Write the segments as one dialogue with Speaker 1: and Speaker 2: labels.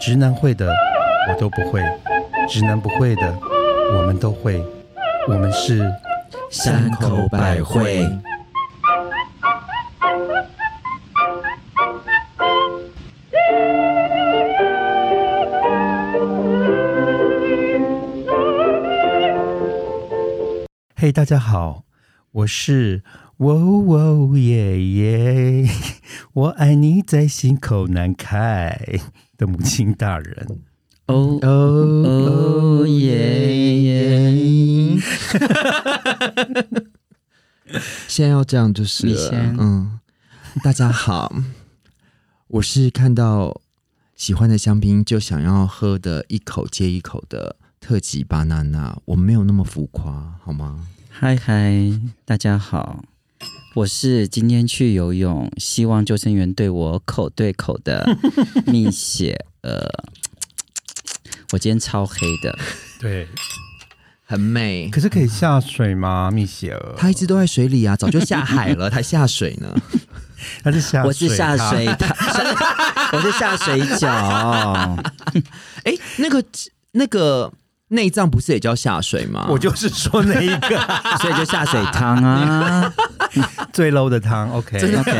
Speaker 1: 直男会的我都不会，直男不会的我们都会，我们是
Speaker 2: 山口百惠。
Speaker 1: 嘿大家好，我是喔喔耶耶，我爱你在心口难开的母亲大人。
Speaker 2: 哦
Speaker 3: 呃
Speaker 1: 哦
Speaker 2: 哦耶耶！
Speaker 3: 现在要这样就是了
Speaker 2: 你先
Speaker 3: 嗯，大家好，我是看到喜欢的香槟就想要喝的一口接一口的特级巴娜娜，我没有那么浮夸，好吗？
Speaker 2: 嗨嗨，大家好，我是今天去游泳，希望救生员对我口对口 的蜜雪呃，我今天超黑的，
Speaker 1: 对，
Speaker 3: 很美
Speaker 1: 可，是可以下水吗？蜜雪儿，
Speaker 3: 她一直都在水里啊，早就下海了，才下水 呢。
Speaker 1: 他是下水，
Speaker 2: 我是下水的，我是下水饺，
Speaker 3: 哎、那个那个内脏不是也叫下水吗
Speaker 1: 他。？我就是说那一个
Speaker 2: 所以就下水汤啊。
Speaker 1: 最 low 的汤，OK。
Speaker 2: OK，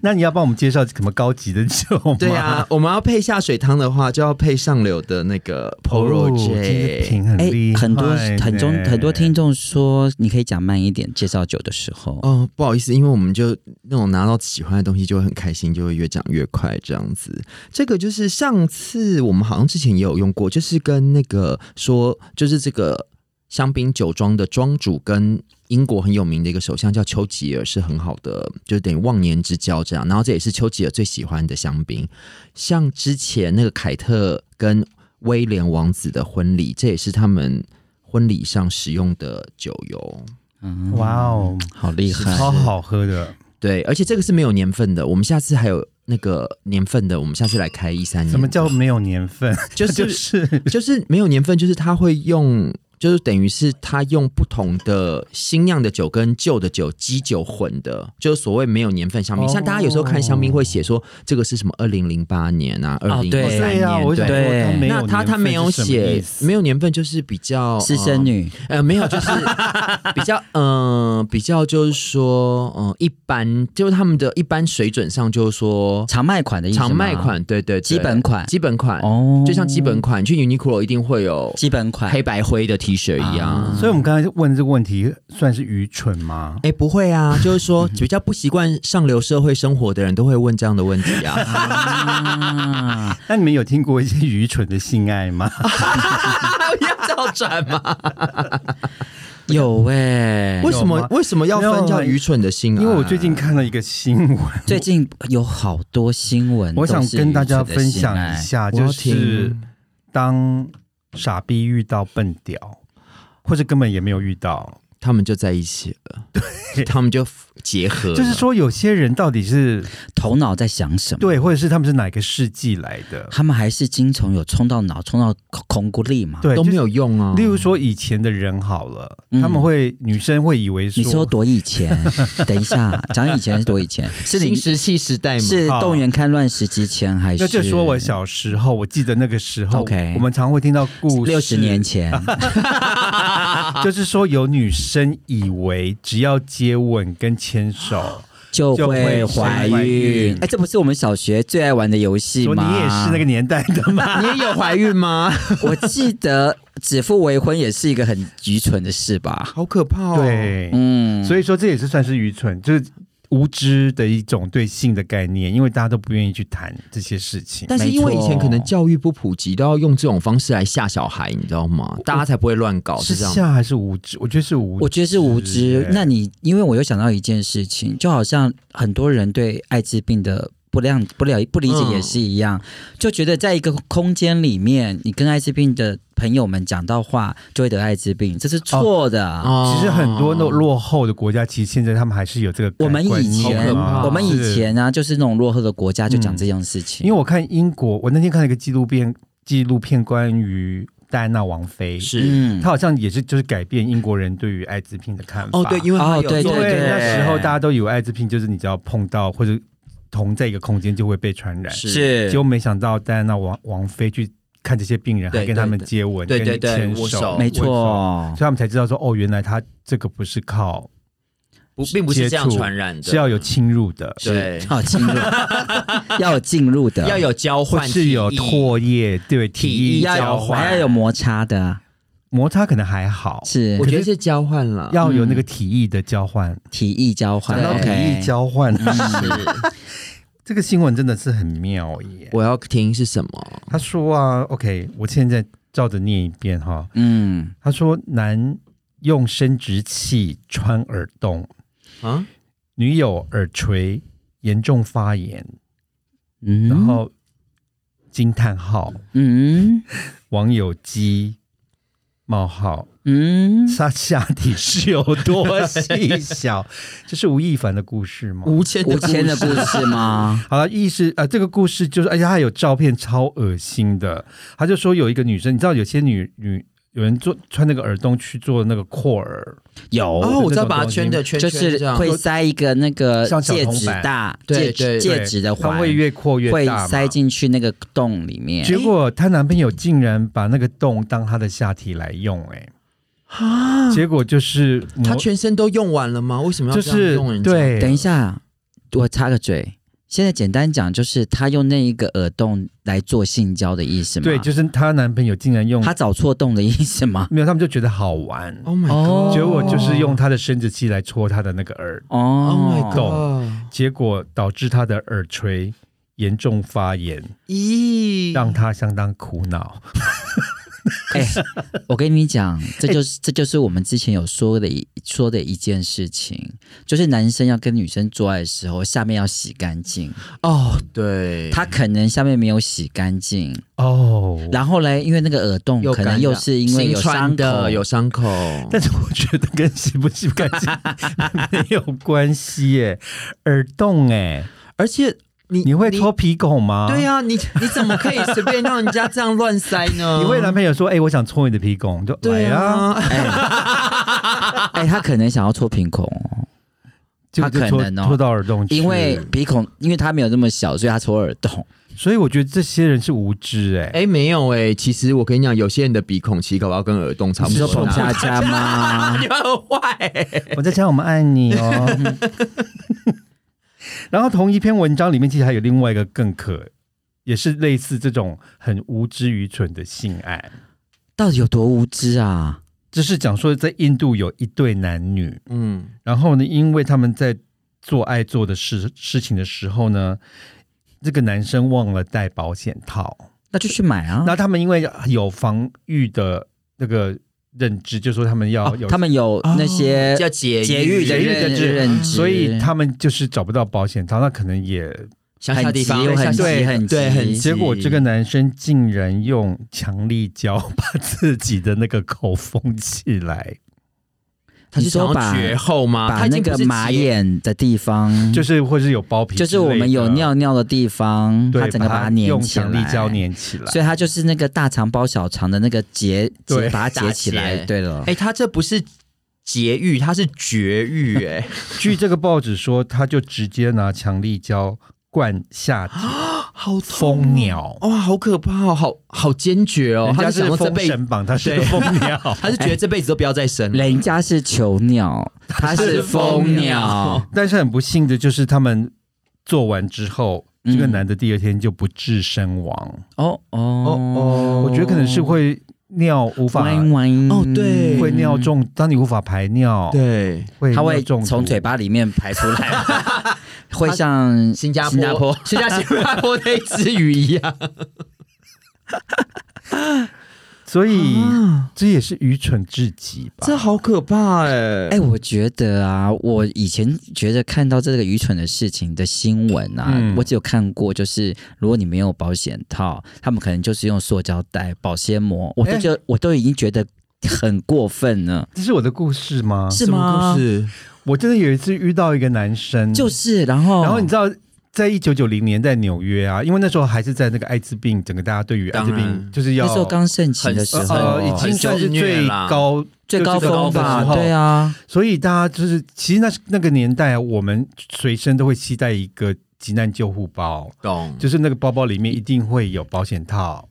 Speaker 1: 那你要帮我们介绍什么高级的酒吗？ 哦
Speaker 3: 对啊，我们要配下水汤的话，就要配上流的那个
Speaker 1: 哦
Speaker 3: Poro
Speaker 1: 今天
Speaker 3: J。
Speaker 1: 品很
Speaker 2: 哎、
Speaker 1: 厉害呢，
Speaker 2: 很多很多很多听众说，你可以讲慢一点，介绍酒的时候。
Speaker 3: 哦，不好意思，因为我们就那种拿到喜欢的东西就会很开心，就会越讲越快这样子。这个就是上次我们好像之前也有用过，就是跟那个说，就是这个香槟酒庄的庄主跟英国很有名的一个首相叫丘吉尔是很好的，就是等于忘年之交这样。然后这也是丘吉尔最喜欢的香槟，像之前那个凯特跟威廉王子的婚礼，这也是他们婚礼上使用的酒油。
Speaker 2: 嗯，
Speaker 1: 哇哦，
Speaker 2: 好厉害！
Speaker 1: 超好喝的，
Speaker 3: 对，而且这个是没有年份的，我们下次还有那个年份的，我们下次来开一
Speaker 2: 嗯
Speaker 3: 三年。
Speaker 1: 什么叫没有年份？
Speaker 3: 就是
Speaker 1: 就是
Speaker 3: 就是没有年份？就是他会用，就是等于是他用不同的新酿的酒跟旧的酒基酒混的，就是所谓没有年份香槟。
Speaker 1: 哦
Speaker 3: 像大家有时候看香槟会写说这个是什么二零零八年啊，二
Speaker 2: 哦
Speaker 3: 零一
Speaker 2: 对
Speaker 3: 三
Speaker 1: 对
Speaker 3: 年。
Speaker 1: 呀，我想说
Speaker 2: 对
Speaker 1: 他没有
Speaker 3: 那他他没有
Speaker 1: 年份是什么意
Speaker 3: 写
Speaker 1: 思
Speaker 3: 没有年份，就是比
Speaker 1: 哦
Speaker 3: 较
Speaker 2: 私生女，
Speaker 3: 呃呃没有，就是比较嗯、呃比较就是说嗯、呃一般就是他们的一般水准上就是说
Speaker 2: 常卖款的意思吗
Speaker 3: 常卖款，对对对
Speaker 2: 基本款
Speaker 3: 基本款，
Speaker 2: 哦，
Speaker 3: 就像基本款，去 Uniqlo 一定会有
Speaker 2: 基本款
Speaker 3: 黑白灰的 T 恤一样。
Speaker 1: 所以我们刚才问这个问题算是愚蠢吗？
Speaker 3: 哎、不会啊，就是说比较不习惯上流社会生活的人都会问这样的问题啊。
Speaker 2: 啊，
Speaker 1: 那你们有听过一些愚蠢的性爱吗？
Speaker 3: 要照转吗？
Speaker 2: 有 哎、
Speaker 3: 为什
Speaker 1: 有
Speaker 3: 么
Speaker 1: 吗
Speaker 3: 为什么要分叫愚蠢的
Speaker 2: 嗯
Speaker 3: 心 啊？
Speaker 1: 因为我最近看了一个新闻，
Speaker 2: 最近有好多新闻，
Speaker 1: 我想跟大家分享一，下，
Speaker 3: 我要
Speaker 1: 就是
Speaker 3: 听
Speaker 1: 当傻逼遇到笨屌，或者根本也没有遇到，
Speaker 3: 他们就在一起了，他们就结合了，
Speaker 1: 就是说有些人到底是
Speaker 2: 头脑在想什么？
Speaker 1: 对，或者是他们是哪个世纪来的？
Speaker 2: 他们还是精虫有冲到脑，冲到孔骨力嘛？，
Speaker 1: 对，
Speaker 3: 都
Speaker 1: 就是
Speaker 3: 没有用啊。
Speaker 1: 例如说以前的人好了，
Speaker 2: 嗯
Speaker 1: 他们会女生会以为
Speaker 2: 你说
Speaker 1: 说，
Speaker 2: 多 以前？等一下，讲以前是多以前？是
Speaker 3: 新
Speaker 2: 你
Speaker 3: 石器时代嘛，
Speaker 2: 是
Speaker 1: 好
Speaker 2: 动员戡乱时期前还是？
Speaker 1: 那就说我小时候，我记得那个时候
Speaker 2: OK
Speaker 1: 我们常会听到故事，
Speaker 2: 六十年前，
Speaker 1: 就是说有女生以为只要接吻跟牵
Speaker 2: 啊
Speaker 1: 手，
Speaker 2: 就
Speaker 1: 就
Speaker 2: 会
Speaker 1: 会
Speaker 2: 怀
Speaker 1: 怀
Speaker 2: 孕
Speaker 1: 孕。
Speaker 2: 哎，这不是我们小学最爱玩的游戏
Speaker 1: 说
Speaker 2: 吗？
Speaker 1: 你也是那个年代的 吗？
Speaker 3: 你也有怀孕吗？
Speaker 2: 个。我记得指腹为婚也是一个很愚蠢的事吧？
Speaker 3: 好可怕哦！，
Speaker 1: 对，
Speaker 2: 嗯，
Speaker 1: 所以说这也是算是愚蠢，就是无知的一种对性的概念，因为大家都不愿意去谈这些事情。
Speaker 3: 但是因为以前可能教育不普及，都要用这种方式来吓小孩，你知道吗？大家才不会乱搞，
Speaker 1: 是
Speaker 3: 是这样吗。
Speaker 1: 下还是无知？我觉得是无知，
Speaker 2: 我觉得是无知
Speaker 1: 哎。
Speaker 2: 那你因为我又想到一件事情，就好像很多人对艾滋病的不谅不了不理解
Speaker 3: 嗯
Speaker 2: 也是一样，就觉得在一个空间里面，你跟艾滋病的朋友们讲到话，就会得艾滋病，这是错的。
Speaker 3: 哦
Speaker 1: 其实很多那种落后的国家，其实现在他们还是有这个
Speaker 2: 我们
Speaker 1: 观
Speaker 2: 以
Speaker 1: 念
Speaker 2: 前，
Speaker 1: 啊
Speaker 3: 哦
Speaker 2: 我们以
Speaker 1: 是
Speaker 2: 前啊，就是那种落后的国家就讲这样的事情，
Speaker 1: 因为我看英国，我那天看了一个纪录片，纪录片关于戴安娜王妃，
Speaker 3: 是
Speaker 2: 嗯
Speaker 1: 她好像也是就是改变英国人对于艾滋病的看法。
Speaker 3: 哦，对，因为
Speaker 2: 哦
Speaker 3: 他有
Speaker 2: 对
Speaker 1: 因
Speaker 3: 做
Speaker 1: 为
Speaker 2: 对
Speaker 1: 那时候大家都以为艾滋病就是你只要碰到或者同在一个空间就会被传染。
Speaker 2: 是
Speaker 1: 结果没想到戴安娜王王妃去看这些病人，
Speaker 3: 对
Speaker 1: 还跟他们接吻，
Speaker 3: 对对
Speaker 1: 跟
Speaker 3: 对
Speaker 1: 牵
Speaker 3: 握手
Speaker 1: 手，
Speaker 2: 没
Speaker 1: 握手
Speaker 2: 错
Speaker 1: 所以，他们才知道说，哦，原来他这个不是靠，
Speaker 3: 不，并不是这样
Speaker 1: 接触
Speaker 3: 传染的，
Speaker 1: 是要有侵入的，
Speaker 3: 对，
Speaker 2: 要进入，要有进入 的，
Speaker 3: 要有交
Speaker 1: 或
Speaker 3: 换，
Speaker 1: 是有唾液，对，体
Speaker 3: 体
Speaker 1: 液
Speaker 3: 液
Speaker 1: 交
Speaker 2: 要有还要
Speaker 1: 换，
Speaker 2: 有摩擦的啊，
Speaker 1: 摩擦可能还好，
Speaker 2: 是
Speaker 3: 我觉得是交换了，
Speaker 1: 要有那
Speaker 2: 嗯
Speaker 1: 个体液的交换。
Speaker 2: 体液交换
Speaker 1: 讲到体
Speaker 2: ，OK，
Speaker 1: 液交换，
Speaker 2: 嗯
Speaker 3: 是，
Speaker 1: 这个新闻真的是很妙耶。
Speaker 3: 我要听是什么？
Speaker 1: 他说啊，OK，我现在照着念一遍哈。
Speaker 2: 嗯，
Speaker 1: 他说，男用生殖器穿耳洞，
Speaker 3: 啊，
Speaker 1: 女友耳垂严重发炎，
Speaker 2: 嗯，
Speaker 1: 然后惊叹号，
Speaker 2: 嗯
Speaker 1: 网友鸡冒号，
Speaker 2: 嗯，
Speaker 1: 他下体是有多细小？ 这是吴亦凡的故事吗？
Speaker 3: 吴谦
Speaker 2: 五千的故 事吗？
Speaker 1: 好了，意思呃，这个故事就是，而且他有照片，超恶心的。他就说有一个女生，你知道有些女女有人做穿那个耳洞去做那个扩耳，
Speaker 2: 有
Speaker 3: 哦，我知
Speaker 1: 这
Speaker 3: 道
Speaker 1: 种
Speaker 3: 把它
Speaker 1: 东西
Speaker 3: 圈的圈
Speaker 2: 就
Speaker 3: 圈
Speaker 2: 是
Speaker 3: 这样
Speaker 2: 会塞一个那个
Speaker 1: 像小
Speaker 2: 戒
Speaker 1: 铜
Speaker 2: 指
Speaker 1: 板
Speaker 2: 大戒
Speaker 3: 对
Speaker 2: 指
Speaker 3: 对
Speaker 2: 戒指的
Speaker 1: 它
Speaker 2: 环，
Speaker 1: 会越扩越
Speaker 2: 会
Speaker 1: 大嘛
Speaker 2: 塞。进去那个洞里面。
Speaker 1: 结果她男朋友竟然把那个洞当她的下体来用、哎，
Speaker 3: 啊，
Speaker 1: 结果就是磨
Speaker 3: 他全身都用完了吗？为什么要
Speaker 1: 就
Speaker 3: 这样
Speaker 1: 是
Speaker 3: 用人家？
Speaker 1: 对，
Speaker 2: 等一下，我插个嘴。现在简单讲，就是他用那一个耳洞来做性交的意思吗？
Speaker 1: 对，就是她男朋友竟然用
Speaker 2: 他找错洞的意思吗？
Speaker 1: 没有，他们就觉得好玩，
Speaker 3: ，Oh my
Speaker 2: 哦
Speaker 3: god，
Speaker 1: 结果就是用她的生殖器来戳她的那个耳，
Speaker 2: 哦
Speaker 3: Oh my
Speaker 1: 懂
Speaker 3: god，
Speaker 1: 结果导致她的耳垂严重发炎，
Speaker 2: 嗯
Speaker 3: 咦，
Speaker 1: 让她相当苦恼。
Speaker 2: 哎、我跟 你讲，这就是、这就是我们之前有说的一说的一件事情，就是男生要跟女生做爱的时候，下面要洗干净。
Speaker 3: 哦，对，
Speaker 2: 他可能下面没有洗干净，
Speaker 1: 哦，
Speaker 2: 然后嘞，因为那个耳洞
Speaker 3: 又
Speaker 2: 可能
Speaker 3: 感
Speaker 2: 又
Speaker 3: 染
Speaker 2: 是因为
Speaker 3: 新
Speaker 2: 有
Speaker 3: 穿
Speaker 2: 伤口，
Speaker 3: 的有伤口，
Speaker 1: 但是我觉得跟洗不洗干净 没有关系耶，耳洞哎，
Speaker 3: 而且你
Speaker 1: 你会啊抠鼻孔吗？
Speaker 3: 对、
Speaker 2: 啊
Speaker 3: 呀、你你怎么可以随便让人家这样乱塞呢？
Speaker 1: 你为男朋友说，哎、我想搓你的鼻孔，就
Speaker 3: 对
Speaker 1: 来啊，
Speaker 3: 啊，
Speaker 2: 哎、他可能想要戳鼻孔哦，
Speaker 1: 结果就
Speaker 2: 他
Speaker 1: 搓
Speaker 2: 可能哦
Speaker 1: 搓到耳洞去，
Speaker 2: 因为鼻孔，因为他没有那么小，所以他戳耳 洞。
Speaker 1: 所以我觉得这些人是无知哎、
Speaker 3: 哎、没有哎、其实我跟你讲，有些人的鼻孔其实搞不好跟耳洞差不
Speaker 2: 你
Speaker 3: 多
Speaker 2: 说
Speaker 3: 大。
Speaker 2: 碰恰恰 吗？
Speaker 3: 你很坏、 欸，
Speaker 1: 我在讲我们爱你哦。 然后同一篇文章里面，其实还有另外一个更可，也是类似这种很无知愚蠢的性爱。
Speaker 2: 到底有多无知啊？
Speaker 1: 这是讲说，在印度有一对男女，
Speaker 3: 嗯，
Speaker 1: 然后呢，因为他们在做爱做的事事情的时候呢，这个男生忘了带保险套，
Speaker 2: 那就去买啊！
Speaker 1: 那他们因为有防御的那个认知，就说他们要
Speaker 2: 哦
Speaker 1: 有，
Speaker 2: 他们有那些
Speaker 3: 叫节
Speaker 2: 节育的
Speaker 1: 节育的
Speaker 2: 认
Speaker 1: 制
Speaker 2: 认知，
Speaker 1: 所以他们就是找不到保险套，那可能也
Speaker 3: 乡下地方
Speaker 2: 很急
Speaker 3: 乡下
Speaker 2: 对很急
Speaker 3: 对很急
Speaker 1: 结果这个男生竟然用强力胶把自己的那个口封起来，
Speaker 3: 他是想要
Speaker 2: 你说把
Speaker 3: 绝后吗？
Speaker 2: 把
Speaker 3: 啊他已
Speaker 2: 那
Speaker 3: 经
Speaker 2: 个
Speaker 3: 不是
Speaker 2: 马
Speaker 3: 结
Speaker 2: 眼的地方，
Speaker 1: 就是或是有包皮之
Speaker 2: 嗯就
Speaker 1: 类的，
Speaker 2: 是我们有尿尿的地方，
Speaker 1: 对，
Speaker 2: 他整个
Speaker 1: 把
Speaker 2: 它粘
Speaker 1: 用
Speaker 2: 起来，
Speaker 1: 强力胶粘起来，
Speaker 2: 所以它就是那个大肠包小肠的那个结结，
Speaker 1: 对
Speaker 2: 把它结起来。
Speaker 3: 打结
Speaker 2: 对了
Speaker 3: 哎、，他这不是节育，他是绝育、哎，
Speaker 1: 据这个报纸说，他就直接拿强力胶灌下体
Speaker 3: 好
Speaker 1: 蜂 鸟，
Speaker 3: 哇，好可怕哦，好好坚决哦，
Speaker 1: 人
Speaker 3: 他
Speaker 1: 家
Speaker 3: 想
Speaker 1: 是
Speaker 3: 说这
Speaker 1: 封
Speaker 3: 辈
Speaker 1: 神榜，他是
Speaker 3: 对。
Speaker 1: 蜂 鸟
Speaker 3: 他是觉得这辈子都不要再生了。
Speaker 2: 人家是 囚鸟，它是蜂鸟，哦
Speaker 1: 但是很不幸的就是，他们做完之后，
Speaker 2: 嗯
Speaker 1: 这个男的第二天就不治身亡。
Speaker 2: 哦哦哦
Speaker 1: 我觉得可能是会尿无法，
Speaker 2: 弯弯
Speaker 3: 哦对
Speaker 1: 会尿，中，当你无法排尿，
Speaker 3: 对，
Speaker 1: 会
Speaker 2: 嗯它
Speaker 1: 尿
Speaker 2: 会
Speaker 1: 中毒
Speaker 2: 从嘴。巴里面排出来， 会像
Speaker 3: 新加坡，
Speaker 2: 新加坡，
Speaker 3: 新加 新加坡那只鱼一样。
Speaker 1: 所以
Speaker 2: 啊
Speaker 1: 这也是愚蠢至极吧？
Speaker 3: 这好可怕哎、
Speaker 2: 哎、我觉得啊，我以前觉得看到这个愚蠢的事情的新闻啊，
Speaker 1: 嗯
Speaker 2: 我只有看过，就是如果你没有保险套，他们可能就是用塑胶袋、保鲜膜，我都
Speaker 1: 哎
Speaker 2: 觉得、我都已经觉得很过分了，
Speaker 1: 这是我的故事吗？
Speaker 2: 是吗？
Speaker 3: 是
Speaker 1: 我真的有一次遇到一个男生，
Speaker 2: 就是，然后，
Speaker 1: 然后你知道，在一九九零年在纽约啊，因为那时候还是在那个艾滋病，整个大家对于艾滋
Speaker 3: 当然
Speaker 1: 病就是
Speaker 2: 那
Speaker 1: 要
Speaker 2: 时候刚哦盛行的时
Speaker 1: 呃
Speaker 2: 候，
Speaker 1: 呃已经
Speaker 3: 很
Speaker 1: 算是
Speaker 3: 肆虐
Speaker 1: 最
Speaker 3: 啦
Speaker 1: 高
Speaker 2: 最高峰
Speaker 1: 最高
Speaker 2: 吧
Speaker 1: 峰的时？候
Speaker 2: 对啊，
Speaker 1: 所以大家就是其实那是那个年代啊，我们随身都会期待一个急难救护包，
Speaker 3: 懂
Speaker 1: 就是那个包包里面一定会有保险套，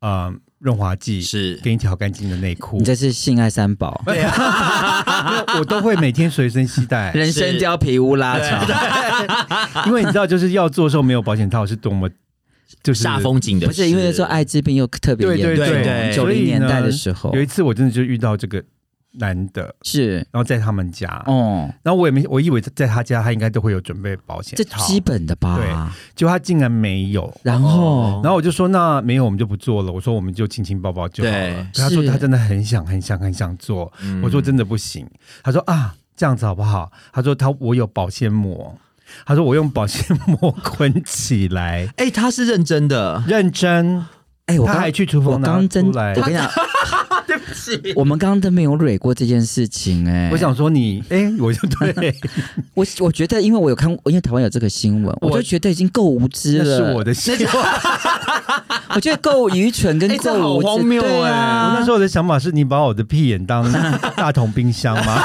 Speaker 1: 嗯，润滑剂，
Speaker 3: 是
Speaker 1: 跟一条干净的内裤
Speaker 2: 你。这是性爱三宝，
Speaker 1: 对啊， 我都会每天随身携带，
Speaker 2: 人参貂皮乌 拉草，
Speaker 1: 因为你知道，就是要做的时候没有保险套是多么就是
Speaker 3: 煞风景的，
Speaker 2: 不是因为那时候艾滋病又特别
Speaker 1: 对对
Speaker 2: 严
Speaker 3: 对
Speaker 2: 重，
Speaker 3: 对
Speaker 2: 九
Speaker 1: 所以
Speaker 2: 零
Speaker 1: 呢
Speaker 2: 年代的时候
Speaker 1: 有一次我真的就遇到这个男的，
Speaker 2: 是，
Speaker 1: 然后在他们家，
Speaker 2: 哦，
Speaker 1: 然后我也没我以为在他家他应该都会有准备保险
Speaker 2: 这
Speaker 1: 套，
Speaker 2: 基本的吧。
Speaker 1: 结果他竟然没有。
Speaker 2: 然后
Speaker 3: 哦
Speaker 1: 然后我就说那没有我们就不做了，我说我们就亲亲抱抱就好了。
Speaker 2: 对
Speaker 1: 他说
Speaker 2: 是
Speaker 1: 他真的很想很想很想做，
Speaker 3: 嗯
Speaker 1: 我说真的不行。他说啊这样子好不好？他说他我有保鲜膜，他说我用保鲜膜捆起来，
Speaker 3: 哎、他是 认 真的，
Speaker 1: 认真。
Speaker 2: 哎，我
Speaker 1: 他还
Speaker 2: 刚
Speaker 1: 去厨
Speaker 2: 我
Speaker 1: 房拿
Speaker 2: 刚真，
Speaker 1: 出
Speaker 2: 我
Speaker 1: 来。
Speaker 2: 跟 你讲，我们刚刚都没有蕊过这件事情哎、
Speaker 1: 我想说你哎，我就对，
Speaker 2: 我我觉得，因为我有看过，因为台湾有这个新闻，我
Speaker 1: 我
Speaker 2: 就觉得已经够无知
Speaker 1: 那
Speaker 2: 了。
Speaker 1: 是我的想法。
Speaker 2: 我觉得够愚蠢 跟
Speaker 3: 哎这
Speaker 2: 够无知，
Speaker 3: 好荒
Speaker 1: 哦
Speaker 3: 谬
Speaker 2: 对啊
Speaker 1: 我那时候的想法是你把我的屁眼当大桶冰箱吗？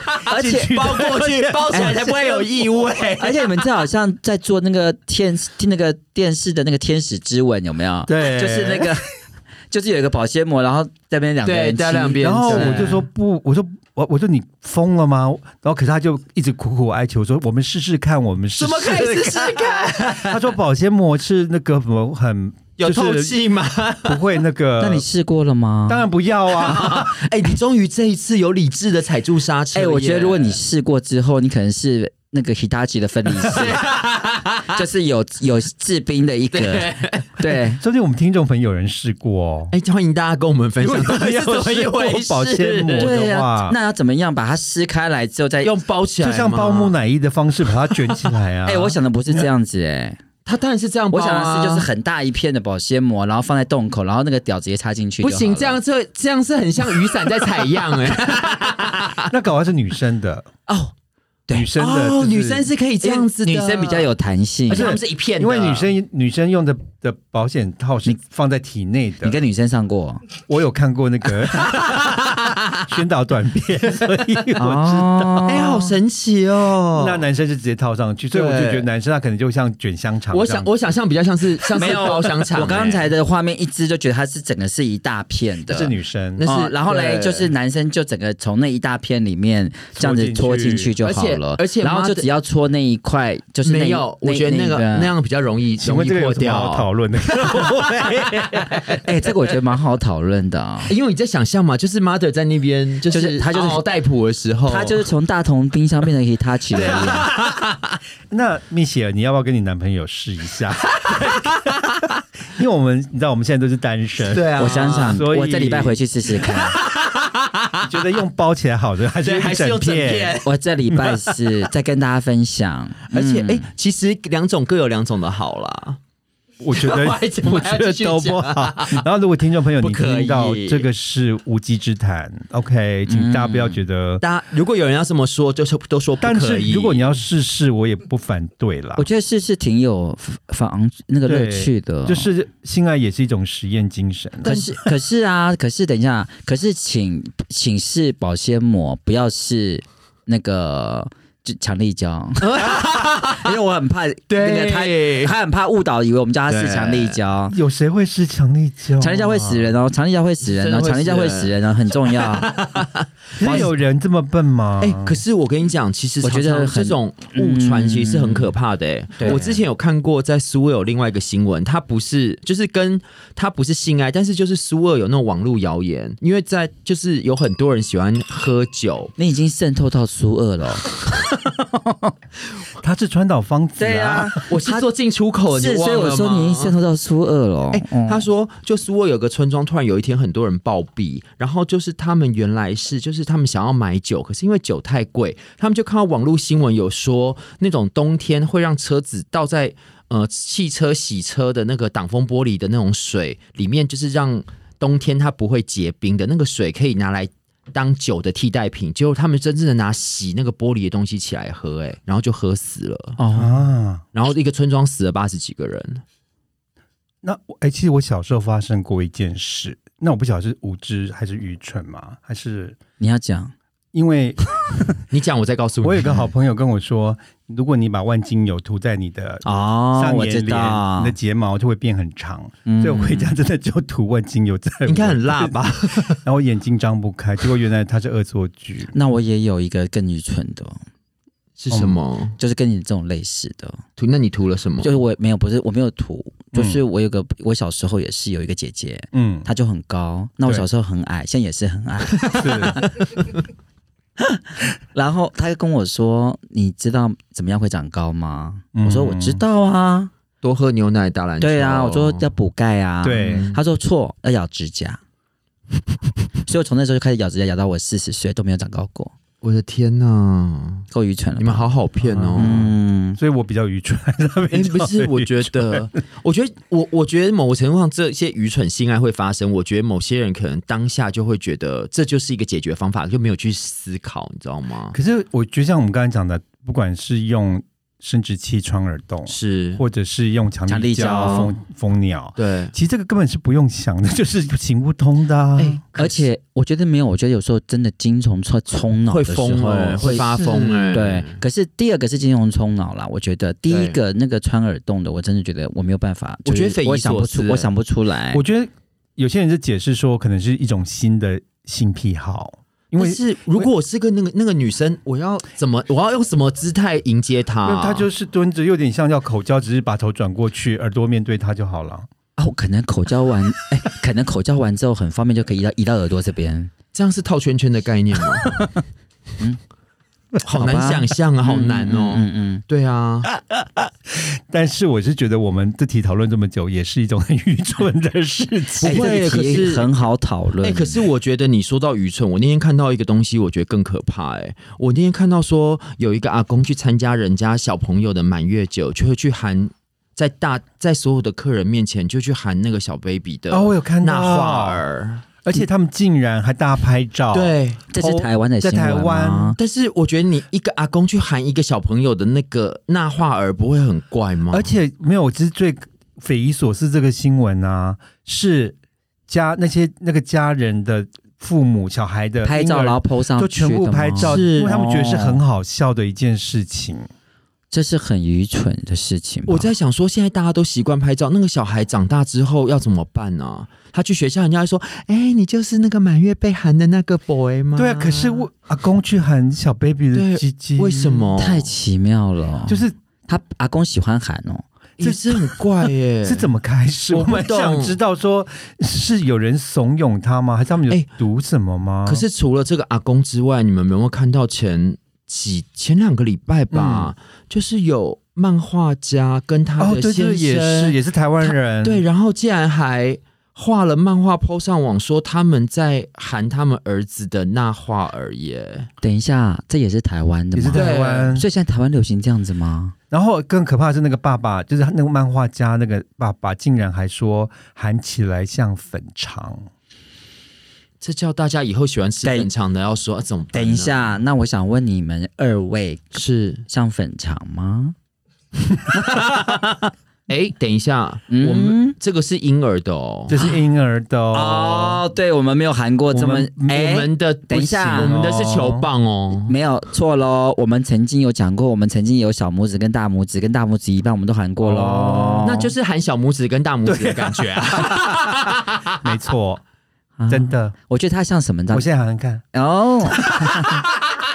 Speaker 2: 而
Speaker 1: 哎进
Speaker 2: 且
Speaker 1: 去
Speaker 3: 包过去，包起来才不会有异味。
Speaker 2: 而且你们这好像在做那个天那个电视的那个天使之吻有没有？
Speaker 1: 对
Speaker 2: 就是那个 就是有一个保鲜膜，然后在那边两个人
Speaker 3: 对在
Speaker 2: 亲
Speaker 3: 两边
Speaker 1: 然后
Speaker 2: 对
Speaker 1: 我就说不，我说我我说你疯了吗？然后可是他就一直苦苦哀求说我们试试看，我们试
Speaker 3: 怎么可以
Speaker 1: 试
Speaker 3: 试试看？
Speaker 1: 他说保鲜膜是那个什么很
Speaker 3: 有
Speaker 1: 就是
Speaker 3: 透气吗？
Speaker 1: 不会那个。
Speaker 2: 那你试过了吗？
Speaker 1: 当然不要 啊！
Speaker 3: 哎、你终于这一次有理智的踩住刹车
Speaker 2: 哎、
Speaker 3: 耶。
Speaker 2: 我觉得如果你试过之后，你可能是那个 Hitachi 的分离式， 就是有有制冰的一个，对，
Speaker 1: 说不定我们听众朋友有人试过哦。
Speaker 3: 哎、欢迎大家跟我们分
Speaker 1: 如果
Speaker 3: 享
Speaker 1: 有
Speaker 3: 到底
Speaker 1: 人
Speaker 3: 是
Speaker 1: 要
Speaker 3: 怎么一
Speaker 1: 试过
Speaker 3: 回事。
Speaker 1: 保鲜膜
Speaker 2: 对
Speaker 1: 的
Speaker 2: 啊
Speaker 1: 话，，
Speaker 2: 那要怎么样把它撕开来之后再？
Speaker 3: 用包起来
Speaker 1: 就
Speaker 3: 吗，
Speaker 1: 像包木乃伊的方式把它卷起来 啊！
Speaker 2: 哎、我想的不是这样子哎、
Speaker 3: 他当然是这样包、
Speaker 2: 我
Speaker 3: 啊，
Speaker 2: 想的是就是很大一片的保鲜膜，然后放在洞口，然后那个屌直接插进去就
Speaker 3: 不
Speaker 2: 好了。
Speaker 3: 行，这样这这样是很像雨伞在采样哎、
Speaker 1: 那搞完是女生的，
Speaker 3: 哦
Speaker 1: 女生的就，
Speaker 3: 哦
Speaker 1: 是
Speaker 3: 女生是可以这样子的，
Speaker 2: 女生比较有弹性
Speaker 3: 而。且他们是一片的，
Speaker 1: 因为女生女生用的的保险套是放在体内的
Speaker 2: 你，跟女生 上过？
Speaker 1: 我有看过那个宣导短片， 所以我知道。
Speaker 2: 哦
Speaker 3: 哎、好神奇哦。
Speaker 1: 那男生是直接套上去，所以我就
Speaker 3: 对
Speaker 1: 觉得男生他可能就像卷香肠这样。
Speaker 3: 我想我想象比较像是像
Speaker 2: 没
Speaker 3: 是
Speaker 2: 有
Speaker 3: 包香肠、
Speaker 2: 我刚
Speaker 3: 哎
Speaker 2: 才的画面一直就觉得它是整个是一大片的，
Speaker 1: 这是女生
Speaker 3: 那，是
Speaker 2: 哦然后嘞，
Speaker 3: 对
Speaker 2: 就是男生就整个从那一大片里面这样子戳
Speaker 1: 戳进
Speaker 2: 进
Speaker 1: 去
Speaker 2: 去就好了，
Speaker 3: 而且而且
Speaker 2: 然后
Speaker 3: 妈
Speaker 2: 就
Speaker 3: 的
Speaker 2: 只要戳那一块，就是那
Speaker 3: 没有，我觉得那个那样比较容易
Speaker 1: 请
Speaker 3: 容
Speaker 1: 问
Speaker 3: 易
Speaker 1: 这个有
Speaker 3: 破
Speaker 1: 什么好
Speaker 3: 掉。啊
Speaker 1: 讨 论的？
Speaker 2: 哎，这个我觉得蛮好讨论的啊。
Speaker 3: 因为你在想象嘛，就是 mother 在那边，就
Speaker 2: 就是
Speaker 3: 是
Speaker 2: 她就是
Speaker 3: 嗷嗷待哺的时候，
Speaker 2: 他就是从大同冰箱变成 Hitachi 啊了一样，
Speaker 1: 那蜜雪儿，你要不要跟你男朋友试一下？ 因为我们你知道我们现在都是单身，
Speaker 3: 对啊，
Speaker 2: 我想想，
Speaker 1: 所以
Speaker 2: 我这礼拜回去试试 看。
Speaker 1: 你觉得用包起来好的还是
Speaker 3: 对，
Speaker 1: 用
Speaker 3: 还
Speaker 1: 一
Speaker 3: 是用
Speaker 1: 整
Speaker 3: 整
Speaker 1: 片？
Speaker 3: 片。
Speaker 2: 我这礼拜是在跟大家 分享，
Speaker 3: 而且，
Speaker 2: 嗯
Speaker 3: 哎、其实两种各有两种的好啦。
Speaker 1: 我觉得
Speaker 3: 我还怎么
Speaker 1: 我觉
Speaker 3: 还要
Speaker 1: 得
Speaker 3: 继续
Speaker 1: 都不好。然后，如果听众朋友
Speaker 3: 不
Speaker 1: 你
Speaker 3: 可
Speaker 1: 听到
Speaker 3: 以
Speaker 1: 这个是无稽之谈，OK，请大家不要觉得。
Speaker 3: 大家如果有人要这么说，就是都嗯说不可以。
Speaker 1: 但是如果你要试试，我也不反对啦
Speaker 2: 我。觉得是是挺有防那个乐趣的，
Speaker 1: 就是性爱也是一种实验精神啊。
Speaker 2: 可是可是啊，可是等一下，可是请请试保鲜膜，不要试那个就强 力胶，因为我很怕那个他
Speaker 3: 对
Speaker 2: 他很怕误导，以为我们叫他试
Speaker 3: 对
Speaker 2: 强力胶。
Speaker 1: 有谁会吃强力胶？啊
Speaker 2: 强力胶会死。人哦，强力胶会死人哦，
Speaker 3: 真的会
Speaker 2: 强力胶会死人哦，很重要。
Speaker 1: 那有人这么笨吗？
Speaker 3: 哎、可是我跟你讲，其实
Speaker 2: 我觉得
Speaker 3: 常常
Speaker 2: 很嗯
Speaker 3: 这种误传其实是很可怕的、哎、
Speaker 2: 对
Speaker 3: 我之前有看过，在苏俄有另外一个新闻，它不是就是跟它不是性爱，但是就是苏俄有那种网络谣言，因为在就是有很多人喜欢喝酒。
Speaker 2: 你已经渗透到苏二了哦，
Speaker 1: 他是川岛芳子啊，，
Speaker 3: 我是做进出口的，
Speaker 2: 是，
Speaker 3: 你忘
Speaker 2: 所以
Speaker 3: 了
Speaker 2: 我说
Speaker 3: 吗
Speaker 2: 你已经渗透到苏二了哦。
Speaker 3: 哎、
Speaker 2: 嗯
Speaker 3: 他说，就苏俄有个村庄，突然有一天很多人暴毙，然后就是他们原来是，就是他们想要买酒，可是因为酒太贵，他们就看到网络新闻有说，那种冬天会让车子倒在呃汽车洗车的那个挡风玻璃的那种水里面，就是让冬天它不会结冰的那个水可以拿来。当酒的替代品，结果他们真正的拿洗那个玻璃的东西起来喝、哎，然后就喝死了，
Speaker 2: 哦，
Speaker 1: 啊，
Speaker 3: 然后一个村庄死了八十几个人。
Speaker 1: 那我哎，其实我小时候发生过一件事，那我不晓得是无知还是愚蠢嘛，还是
Speaker 2: 你要讲，
Speaker 1: 因为
Speaker 3: 你讲，我再告诉你。
Speaker 1: 我有个好朋友跟我说，如果你把万金油涂在你的
Speaker 2: 哦，
Speaker 1: 上
Speaker 2: 我知
Speaker 1: 眼帘，
Speaker 2: 道
Speaker 1: 你的，睫毛就会变很长。
Speaker 2: 嗯
Speaker 1: 所以我回家真的就涂万金油在我，
Speaker 3: 应该很辣吧？
Speaker 1: 然后我眼睛张不开，结果原来它是恶作剧。
Speaker 2: 那我也有一个更愚蠢的哦，
Speaker 3: 是什么？
Speaker 2: 就是跟你这种类似的，哦
Speaker 3: 涂？那你涂了什么？
Speaker 2: 就是我没有，不是我没有涂，
Speaker 3: 嗯
Speaker 2: 就是我有个，我小时候也是有一个姐姐，
Speaker 1: 嗯，
Speaker 2: 她就很高，那我
Speaker 1: 对
Speaker 2: 小时候很矮，现在也是很矮。
Speaker 1: 是
Speaker 2: 然后她就跟我说：“你知道怎么样会长高吗？”我说：“
Speaker 1: 嗯
Speaker 2: 我知道啊，
Speaker 3: 多喝牛奶，打篮球。
Speaker 2: 对啊，我说
Speaker 3: 哦
Speaker 2: 要补钙啊。”，
Speaker 1: 对，
Speaker 2: 她说错，要咬指甲。 所以我从那时候就开始咬指甲，咬到我四十岁都没有长高过，
Speaker 3: 我的天哪！
Speaker 2: 够愚蠢了吧。
Speaker 3: 你们好好骗哦。
Speaker 2: 嗯，
Speaker 1: 所以我比较愚蠢。
Speaker 3: 哎、不是，我觉 得，我觉得，我我觉得某个程度上，这些愚蠢性爱会发生。我觉得某些人可能当下就会觉得这就是一个解决方法，就没有去思考，你知道吗？
Speaker 1: 可是我觉得像我们刚才讲的，不管是用生殖器穿耳洞，
Speaker 3: 是，
Speaker 1: 或者是用强
Speaker 2: 强力胶
Speaker 1: 胶封封鸟，
Speaker 3: 对，
Speaker 1: 其实这个根本是不用想的， 就是行不通的、啊。
Speaker 3: 哎
Speaker 2: 而且我觉得没有，我觉得有时候真的精虫冲冲脑
Speaker 3: 会
Speaker 2: 的时
Speaker 3: 疯
Speaker 2: 候
Speaker 3: 哎、会发
Speaker 1: 是
Speaker 3: 疯哎、
Speaker 2: 对，可是第二个是金融冲脑啦，我觉得第一
Speaker 3: 对
Speaker 2: 个那个穿耳洞的，我真的觉得我没有办法，
Speaker 3: 我觉得
Speaker 2: 就是
Speaker 3: 匪夷
Speaker 2: 我想
Speaker 3: 所
Speaker 2: 不出，
Speaker 3: 思
Speaker 2: 我想不出
Speaker 3: 哎
Speaker 2: 来
Speaker 1: 我。觉得有些人是解释说，可能是一种新的性癖好，因为
Speaker 3: 但是如果我是个那个那个女生，我要怎么，我要用什么姿态迎接她？
Speaker 1: 那他就是蹲着，有点像要口交，只是把头转过去，耳朵面对他就好 了。
Speaker 2: 哦，我可能口交 完，哎，可能口交完之后很方便就可以移到移到耳朵这边。
Speaker 3: 这样是套圈圈的概念吗？嗯， 好难
Speaker 2: 好吧
Speaker 3: 想象啊，好难哦。
Speaker 2: 嗯嗯嗯
Speaker 3: 对啊，
Speaker 1: 但是我是觉得我们这题讨论这么久，也是一种很愚蠢的事
Speaker 3: 不
Speaker 1: 情。
Speaker 2: 哎
Speaker 3: 会
Speaker 2: 这个
Speaker 3: 可
Speaker 2: 题
Speaker 3: 是
Speaker 2: 很好讨论。
Speaker 3: 哎、可是我觉得你说到愚蠢，我那天看到一个东西，我觉得更可怕、哎，我那天看到说有一个阿公去参加人家小朋友的满月酒，就会去喊在大在所有的客人面前就去喊那个小 baby 的
Speaker 1: 哦，我有看
Speaker 3: 纳
Speaker 1: 到
Speaker 3: 化儿，
Speaker 1: 而且他们竟然还大拍照，，
Speaker 3: 对。
Speaker 2: 这是台湾的
Speaker 1: 哦在
Speaker 2: 新闻
Speaker 1: 台湾
Speaker 2: 吗？
Speaker 3: 但是我觉得你一个阿公去喊一个小朋友的那个纳化儿，不会很怪吗？
Speaker 1: 而且没有，其实最匪夷所思这个新闻啊，是家那些那个家人的父母、小孩的
Speaker 2: 拍
Speaker 1: 婴
Speaker 2: 照
Speaker 1: 儿
Speaker 2: 然后 PO 上
Speaker 1: 就
Speaker 2: 去
Speaker 1: 全部
Speaker 2: 的
Speaker 1: 拍
Speaker 2: 吗哦
Speaker 1: 照，
Speaker 3: 是
Speaker 1: 因为他们觉得是很好笑的一件事情。
Speaker 2: 这是很愚蠢的事情吧。
Speaker 3: 我在想说，现在大家都习惯拍照，那个小孩长大之后要怎么办呢、他去学校，人家还说：“哎、你就是那个满月被喊的那个 boy 吗？”
Speaker 1: 对啊，可是我阿公去喊小 baby 的
Speaker 3: 对
Speaker 1: 鸡鸡，
Speaker 3: 为什？么？
Speaker 2: 哦太奇妙了，
Speaker 1: 就是是
Speaker 2: 他阿公喜欢喊哦，
Speaker 3: 这是很怪 耶、
Speaker 1: 是怎么开始？
Speaker 3: 我
Speaker 1: 我
Speaker 3: 不
Speaker 1: 蛮想
Speaker 3: 懂
Speaker 1: 知道说，是有人怂恿他吗？还是他们有
Speaker 3: 哎
Speaker 1: 读什么吗？
Speaker 3: 可是除了这个阿公之外，你们有没有看到前几前两个礼拜吧？就是有漫画家跟他
Speaker 1: 哦，
Speaker 3: 的
Speaker 1: 对
Speaker 3: 先生，
Speaker 1: 对，也是也是台湾人，
Speaker 3: 对，然后竟然还画了漫画 PO 上网，说他们在喊他们儿子的那话儿耶。
Speaker 2: 等一下，这也是台湾的
Speaker 1: 也是
Speaker 2: 吗？
Speaker 1: 台湾。
Speaker 2: 所以现在台湾流行这样子吗？
Speaker 1: 然后更可怕的是那个爸爸，就是那个漫画家那个爸爸，竟然还说喊起来像粉肠。
Speaker 3: 这叫大家以后喜欢吃
Speaker 2: 等
Speaker 3: 粉肠的要说、啊、怎么办
Speaker 2: 等
Speaker 3: 呢
Speaker 2: 一，下，那我想问你们二位
Speaker 3: 是
Speaker 2: 像粉肠吗？
Speaker 3: 哎，等一下，
Speaker 2: 嗯
Speaker 3: 我们这个是婴儿的哦
Speaker 1: 这。是婴儿的哦，
Speaker 2: 哦，对，我们没有含过这么
Speaker 1: 我们
Speaker 2: 哎，
Speaker 3: 我们的
Speaker 2: 等一下
Speaker 3: 不行我们的是球棒哦。
Speaker 2: 没有错喽。我们曾经有讲过，我们曾经有小拇指跟大拇指跟大拇指一半，我们都含过喽。
Speaker 1: 哦
Speaker 3: 那就是喊小拇指跟大拇指的感觉啊！
Speaker 1: 没错，
Speaker 2: 啊
Speaker 1: 真，的。
Speaker 2: 我觉得它像什么？你知道
Speaker 1: 我现在喊喊看，
Speaker 2: 哦，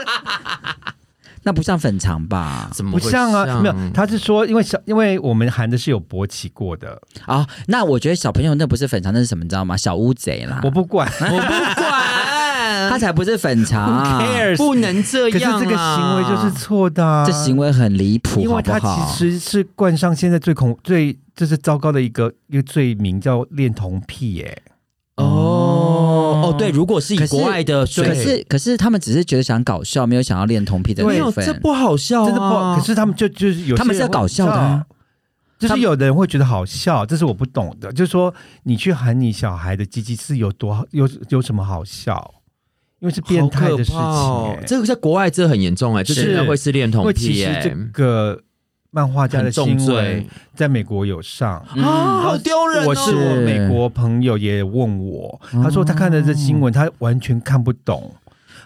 Speaker 2: 那不像粉肠吧？
Speaker 3: 怎么
Speaker 1: 不
Speaker 3: 会
Speaker 1: 像啊，没有，他是说因为小，因为我们含的是有勃起过的，
Speaker 2: 啊、那我觉得小朋友那不是粉肠，那是什么？你知道吗？小乌贼啦
Speaker 1: 我，不管。
Speaker 3: 我 不管，啊
Speaker 2: 它才不是粉肠。
Speaker 1: Who cares？
Speaker 3: 不能这
Speaker 1: 可是
Speaker 3: 样啊。
Speaker 1: 这个行为就是错的、啊，
Speaker 2: 这行为很离谱，
Speaker 1: 因为它
Speaker 2: 好不好
Speaker 1: 其实是冠上现在最恐最就是糟糕的一个一个罪名叫恋童癖、耶。
Speaker 3: 哦哦，对，如果是以
Speaker 2: 可是
Speaker 3: 国外的水
Speaker 2: 可
Speaker 3: 准，
Speaker 2: 是可是他们只是觉得想搞笑，没有想要恋童癖的
Speaker 3: 没
Speaker 2: 那
Speaker 3: 有
Speaker 2: 份
Speaker 3: 这。不好笑啊，
Speaker 1: 真的不好。可是他们就就是有些人会
Speaker 2: 他们是要搞笑的啊
Speaker 1: 你知道就
Speaker 2: 他
Speaker 1: 是
Speaker 2: 们
Speaker 1: 有的人会觉得好笑，这是我不懂的。就是说，你去喊你小孩的鸡鸡是有多好有有什么好笑？因为是变态的事情、
Speaker 3: 好可怕哦
Speaker 1: 耶
Speaker 3: 这个在国外这很严重哎，这
Speaker 1: 是
Speaker 3: 真的会是恋
Speaker 1: 因
Speaker 3: 童
Speaker 1: 为其
Speaker 3: 癖哎
Speaker 1: 实
Speaker 3: 耶
Speaker 1: 这，个啊漫画家的
Speaker 3: 很
Speaker 1: 新
Speaker 3: 重
Speaker 1: 闻
Speaker 3: 罪
Speaker 1: 在美国有上，
Speaker 2: 嗯
Speaker 3: 啊，好丢人哦！嗯
Speaker 1: 我是我
Speaker 2: 是
Speaker 1: 美国朋友也问我，他说他看了这新闻，他完全看不懂。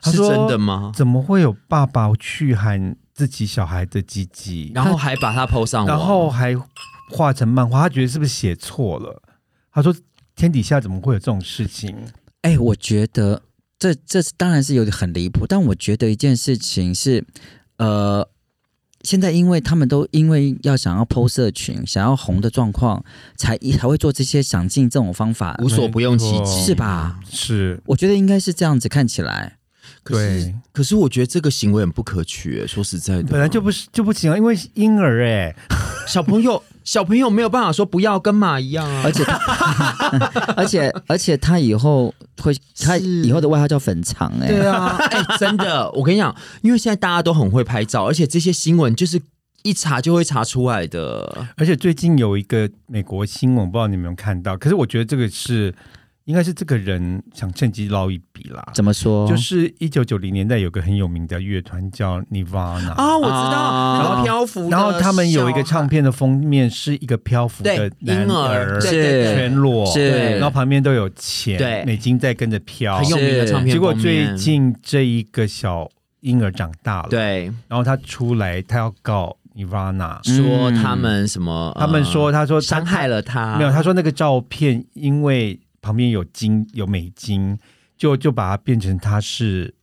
Speaker 1: 他
Speaker 3: 是
Speaker 1: 说
Speaker 3: 真的吗？
Speaker 1: 怎么会有爸爸去喊自己小孩的鸡鸡？
Speaker 3: 然后还把它 PO 上网，
Speaker 1: 然后还画成漫画，他觉得是不是写错了？他说天底下怎么会有这种事情？
Speaker 2: 哎、我觉得这这是当然是有点很离谱，但我觉得一件事情是，呃，现在因为他们都因为要想要剖社群、想要红的状况，才才会做这些想尽这种方法，
Speaker 3: 无所不用其
Speaker 1: 没
Speaker 3: 极，
Speaker 1: 错
Speaker 2: 是？吧？
Speaker 1: 是
Speaker 2: 我觉得应该是这样子，看起来
Speaker 3: 可是
Speaker 1: 对，
Speaker 3: 可是我觉得这个行为很不可取、哎说实在的，
Speaker 1: 本来就不是就不行啊，因为是婴儿哎、
Speaker 3: 小朋友，小朋友没有办法说不要，跟马一样啊
Speaker 2: 而。且 他，而且而且他以后会，他
Speaker 3: 是
Speaker 2: 以后的外号叫粉肠、哎，
Speaker 3: 对啊， 哎、真的，我跟你讲，因为现在大家都很会拍照，而且这些新闻就是一查就会查出来的。
Speaker 1: 而且最近有一个美国新闻，我不知道你有没有看到，可是我觉得这个是应该是这个人想趁机捞一笔啦。
Speaker 2: 怎么说？
Speaker 1: 就是一九九零年代有个很有名的乐团叫 Nirvana，、
Speaker 3: 啊，我知
Speaker 2: 啊
Speaker 3: 道，然后漂浮的
Speaker 1: 然后他们有一个
Speaker 3: 小孩
Speaker 1: 唱片的封面是一个漂浮的
Speaker 3: 对
Speaker 1: 男
Speaker 3: 婴儿，对对对
Speaker 1: 全裸，
Speaker 2: 是
Speaker 3: 对
Speaker 1: 然后旁边都有钱，
Speaker 3: 对
Speaker 1: 美金在跟着飘
Speaker 3: 很。有名的唱片
Speaker 1: 结果
Speaker 3: 封
Speaker 1: 最
Speaker 3: 面
Speaker 1: 近这一个小婴儿长大了，，
Speaker 3: 对
Speaker 1: 然后他出来，他要告 Nirvana，、
Speaker 2: 嗯
Speaker 3: 说他们什么，
Speaker 1: 他们说，他说
Speaker 3: 呃
Speaker 1: 他
Speaker 3: 伤害了他，
Speaker 1: 没有，他说那个照片因为旁边有金有美金，就就把它变成他是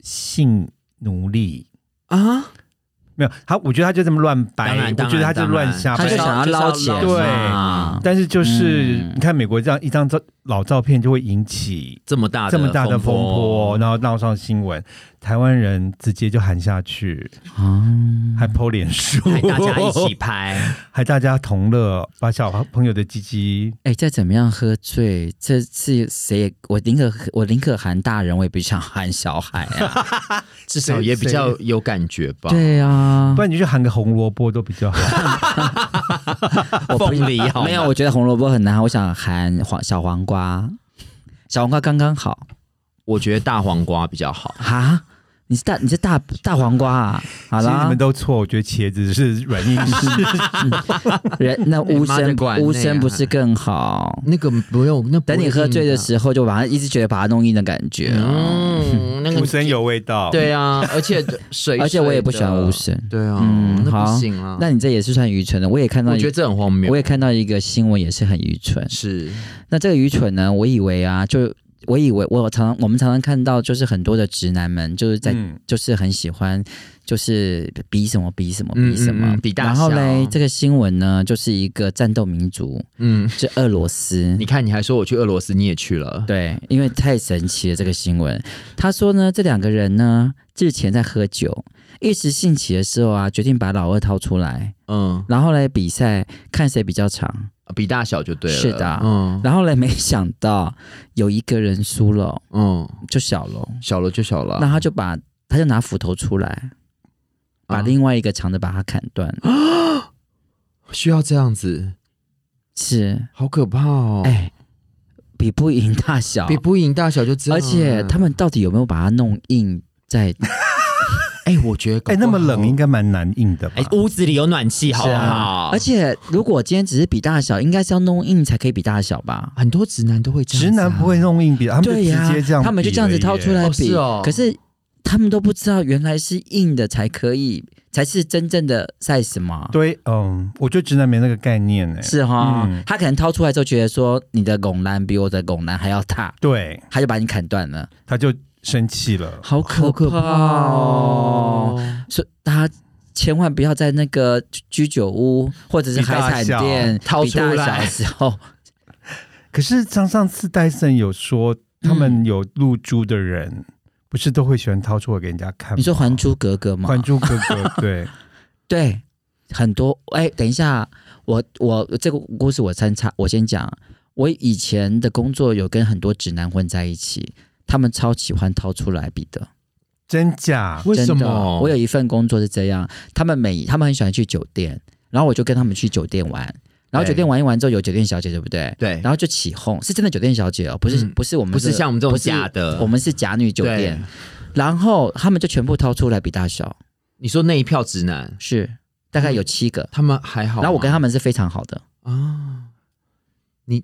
Speaker 1: 性奴隶。
Speaker 3: 啊，
Speaker 1: 没有他，我觉得他就这么乱
Speaker 3: 当
Speaker 1: 掰，
Speaker 3: 然
Speaker 1: 我
Speaker 3: 当
Speaker 1: 觉得他
Speaker 3: 然
Speaker 1: 就
Speaker 3: 当
Speaker 1: 乱
Speaker 3: 然
Speaker 1: 瞎
Speaker 2: 他
Speaker 1: 掰
Speaker 2: 就。想要捞钱
Speaker 1: 对
Speaker 2: 嘛，
Speaker 1: 但是就是、
Speaker 2: 嗯
Speaker 1: 你看美国这样一张照老照片就会引起
Speaker 3: 啊这么大
Speaker 1: 这么大的风波，
Speaker 3: 波，
Speaker 1: 然后闹上新闻，台湾人直接就喊下去，
Speaker 2: 啊，
Speaker 1: 还 PO 脸书，
Speaker 3: 还大家一起，拍，
Speaker 1: 还大家同乐，把小朋友的鸡鸡
Speaker 2: 哎、再怎么样喝醉，这次谁也我宁可我宁可喊大人，我也不想喊小孩 啊。
Speaker 3: 至少也比较有感觉吧。
Speaker 2: 对啊
Speaker 1: 不，然你就喊个红萝卜都比较好。
Speaker 2: 我不
Speaker 3: 凤梨好吗
Speaker 2: 没有，我觉得红萝卜很难，我想喊黄小黄瓜，小黄瓜刚刚好
Speaker 3: 我觉得大黄瓜比较好。
Speaker 2: 哈，你是大你是大大黄瓜啊？好
Speaker 1: 其实你
Speaker 2: 啦
Speaker 1: 们，都错，我觉得茄子是软硬式。
Speaker 2: 人那乌
Speaker 3: 你妈在
Speaker 2: 参
Speaker 3: 管
Speaker 2: 乌
Speaker 3: 内
Speaker 2: 参
Speaker 3: 啊
Speaker 2: 不是更好？
Speaker 3: 那个不用，那不
Speaker 2: 等你
Speaker 3: 一
Speaker 2: 喝
Speaker 3: 定
Speaker 2: 醉的
Speaker 3: 啊
Speaker 2: 时候，就把它一直觉得把它弄硬的感觉啊、
Speaker 3: 嗯，那
Speaker 1: 无
Speaker 3: 个
Speaker 1: 声有味道，，
Speaker 3: 对啊，而且水，
Speaker 2: 而且我也不喜欢
Speaker 3: 无
Speaker 2: 乌。参。
Speaker 3: 对啊，
Speaker 2: 嗯
Speaker 3: 那
Speaker 2: 好
Speaker 3: 不行啊。
Speaker 2: 那你这也是算愚蠢的，我也看到
Speaker 3: 我
Speaker 2: 一
Speaker 3: 觉得这很荒谬
Speaker 2: 我。也看到一个新闻，也是很愚蠢。
Speaker 3: 是，
Speaker 2: 那这个愚蠢呢，我以为啊，就我以为我常常我们常常看到，就是很多的直男们就是在、
Speaker 1: 嗯，
Speaker 2: 就是很喜欢就是比什么比什么比什么、
Speaker 3: 嗯嗯嗯比大
Speaker 2: 然后
Speaker 3: 小
Speaker 2: 嘞，这个新闻呢，就是一个战斗民族，
Speaker 3: 嗯，
Speaker 2: 是俄罗斯
Speaker 3: 你。看你还说我去俄罗斯，你也去了，
Speaker 2: 对，因为太神奇了这个新闻。他说呢，这两个人呢日前在喝酒，一时兴起的时候啊，决定把老二掏出来，
Speaker 3: 嗯，啊
Speaker 2: 然后来比赛看谁比较长。
Speaker 3: 比大小就对了。
Speaker 2: 是的
Speaker 3: 嗯
Speaker 2: 然后嘞，没想到有一个人输了，
Speaker 3: 嗯，
Speaker 2: 就小喽，
Speaker 3: 小了就小了，
Speaker 2: 那他就把他就拿斧头出来，把
Speaker 3: 啊
Speaker 2: 另外一个长的把它砍断。
Speaker 3: 需要这样子，
Speaker 2: 是，
Speaker 3: 好可怕哦！
Speaker 2: 哎，比不赢大小，
Speaker 3: 比不赢大小就这样。
Speaker 2: 而且他们到底有没有把它弄硬在？
Speaker 3: 哎，我觉得搞
Speaker 1: 哎，
Speaker 3: 不
Speaker 1: 那么
Speaker 3: 好
Speaker 1: 冷应该蛮难硬的吧？
Speaker 3: 哎，屋子里有暖气， 好不
Speaker 2: 是啊
Speaker 3: 好？
Speaker 2: 而且如果今天只是比大小，应该是要弄硬才可以比大小吧？
Speaker 3: 很多直男都会这样子
Speaker 1: 直
Speaker 3: 啊，
Speaker 1: 男不会弄硬笔，他们就
Speaker 2: 对
Speaker 1: 直
Speaker 2: 呀
Speaker 1: 接这样，
Speaker 2: 他们就这样子掏出。来
Speaker 3: 哦
Speaker 2: 比，
Speaker 3: 是哦
Speaker 2: 可是他们都不知道原来是硬的才可以，才是真正的 size 嘛。
Speaker 1: 对，嗯，我觉得直男没那个概念呢。
Speaker 2: 是啊哈、
Speaker 1: 嗯
Speaker 2: 他可能掏出来之后觉得说你的拱篮比我的拱篮还要大，
Speaker 1: 对，
Speaker 2: 他就把你砍断了，
Speaker 1: 他就生气了。
Speaker 2: 好
Speaker 3: 好可怕
Speaker 2: 哦！
Speaker 3: 哦！
Speaker 2: 所以大家千万不要在那个居酒屋或者是海产店
Speaker 3: 比大小掏出来
Speaker 2: 比大小的时候，
Speaker 1: 可是上上次戴森有说，他们有露珠的人，不是都会喜欢掏出来给人家看吗？
Speaker 2: 你说《还珠格格》吗？
Speaker 3: 嗯
Speaker 1: 还珠格格》对，
Speaker 2: 对，很多。哎，等一下，我我这个故事我参差，我先讲。我以前的工作有跟很多直男混在一起，他们超喜欢掏出来比的。
Speaker 1: 真假？
Speaker 3: 为什
Speaker 2: 真的
Speaker 3: 么？
Speaker 2: 我有一份工作是这样，他们每他们很喜欢去酒店，然后我就跟他们去酒店玩，然后
Speaker 3: 对
Speaker 2: 酒店玩一玩之后有酒店小姐，对不对？
Speaker 3: 对
Speaker 2: 然后就起哄，是真的酒店小姐哦，不是、
Speaker 3: 嗯
Speaker 2: 不是我们
Speaker 3: 不是
Speaker 2: 这个
Speaker 3: 像我们这种
Speaker 2: 不是
Speaker 3: 假的
Speaker 2: 我们是假女酒店。然后他们就全部掏出来比大小，
Speaker 3: 你说那一票直男，
Speaker 2: 是大概有七个，
Speaker 3: 嗯他们还好吗？啊
Speaker 2: 然后我跟他们是非常好的。
Speaker 3: 啊，你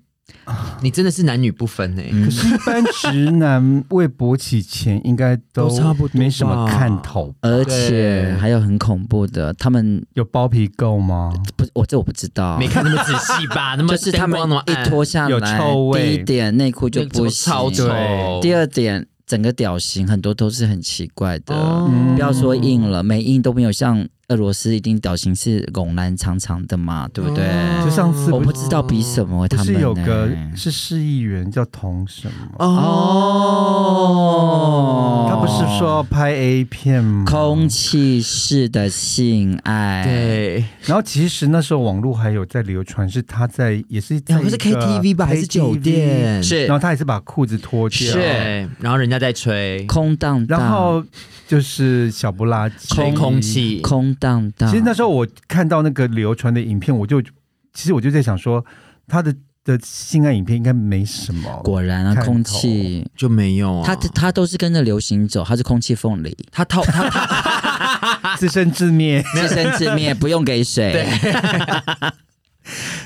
Speaker 3: 你真的是男女不分哎、
Speaker 1: 可是，一般直男为勃起前应该都
Speaker 3: 都差不多吧
Speaker 1: 没什么看头。
Speaker 2: 而且还有很恐怖的，他们
Speaker 1: 有包皮垢吗？
Speaker 2: 不，我这我不知道
Speaker 3: 没，看那么仔细吧？那么
Speaker 2: 就是他们
Speaker 3: 灯光那么
Speaker 2: 一
Speaker 3: 暗
Speaker 2: 脱下
Speaker 1: 有
Speaker 2: 来，
Speaker 1: 臭味
Speaker 2: 第一点内裤就
Speaker 3: 那个
Speaker 2: 不行，
Speaker 3: 超丑
Speaker 1: 对。
Speaker 2: 第二点整个屌型很多都是很奇怪的。
Speaker 3: 哦
Speaker 1: 嗯
Speaker 2: 不要说硬了，没硬都没有像俄罗斯一定屌型是拱南长长的嘛，对不对？
Speaker 3: 哦
Speaker 1: 就上次
Speaker 2: 嗯我不知道比什
Speaker 1: 不
Speaker 2: 么、他们、
Speaker 1: 是
Speaker 2: 欸、
Speaker 1: 有个是市议员叫童什么？
Speaker 3: 哦
Speaker 2: 哦，
Speaker 1: 他不是说要拍 A 片吗？
Speaker 2: 空气式的性爱，，
Speaker 3: 对，
Speaker 1: 然后其实那时候网络还有在流传，是他在也是在
Speaker 3: 然
Speaker 1: 一
Speaker 3: 后
Speaker 1: 个
Speaker 3: 哎是 KTV 吧，还是酒
Speaker 1: KTV
Speaker 3: 店？
Speaker 2: 是
Speaker 1: 然后他也是啊把裤子脱掉，
Speaker 2: 是
Speaker 3: 对，然后人家在吹
Speaker 2: 空荡荡，
Speaker 1: 然后就是小不拉几
Speaker 3: 吹空。气，
Speaker 2: 空荡荡。
Speaker 1: 其实那时候我看到那个流传的影片，我就其实我就在想说，他的的性爱影片应该没什么。
Speaker 2: 果然啊，
Speaker 1: 看头
Speaker 2: 空气，
Speaker 3: 就没有啊。
Speaker 2: 它它都是跟着流行走，它是空气凤梨，
Speaker 3: 他套他套
Speaker 1: 自生自灭，
Speaker 2: 自生自灭，不用 给水。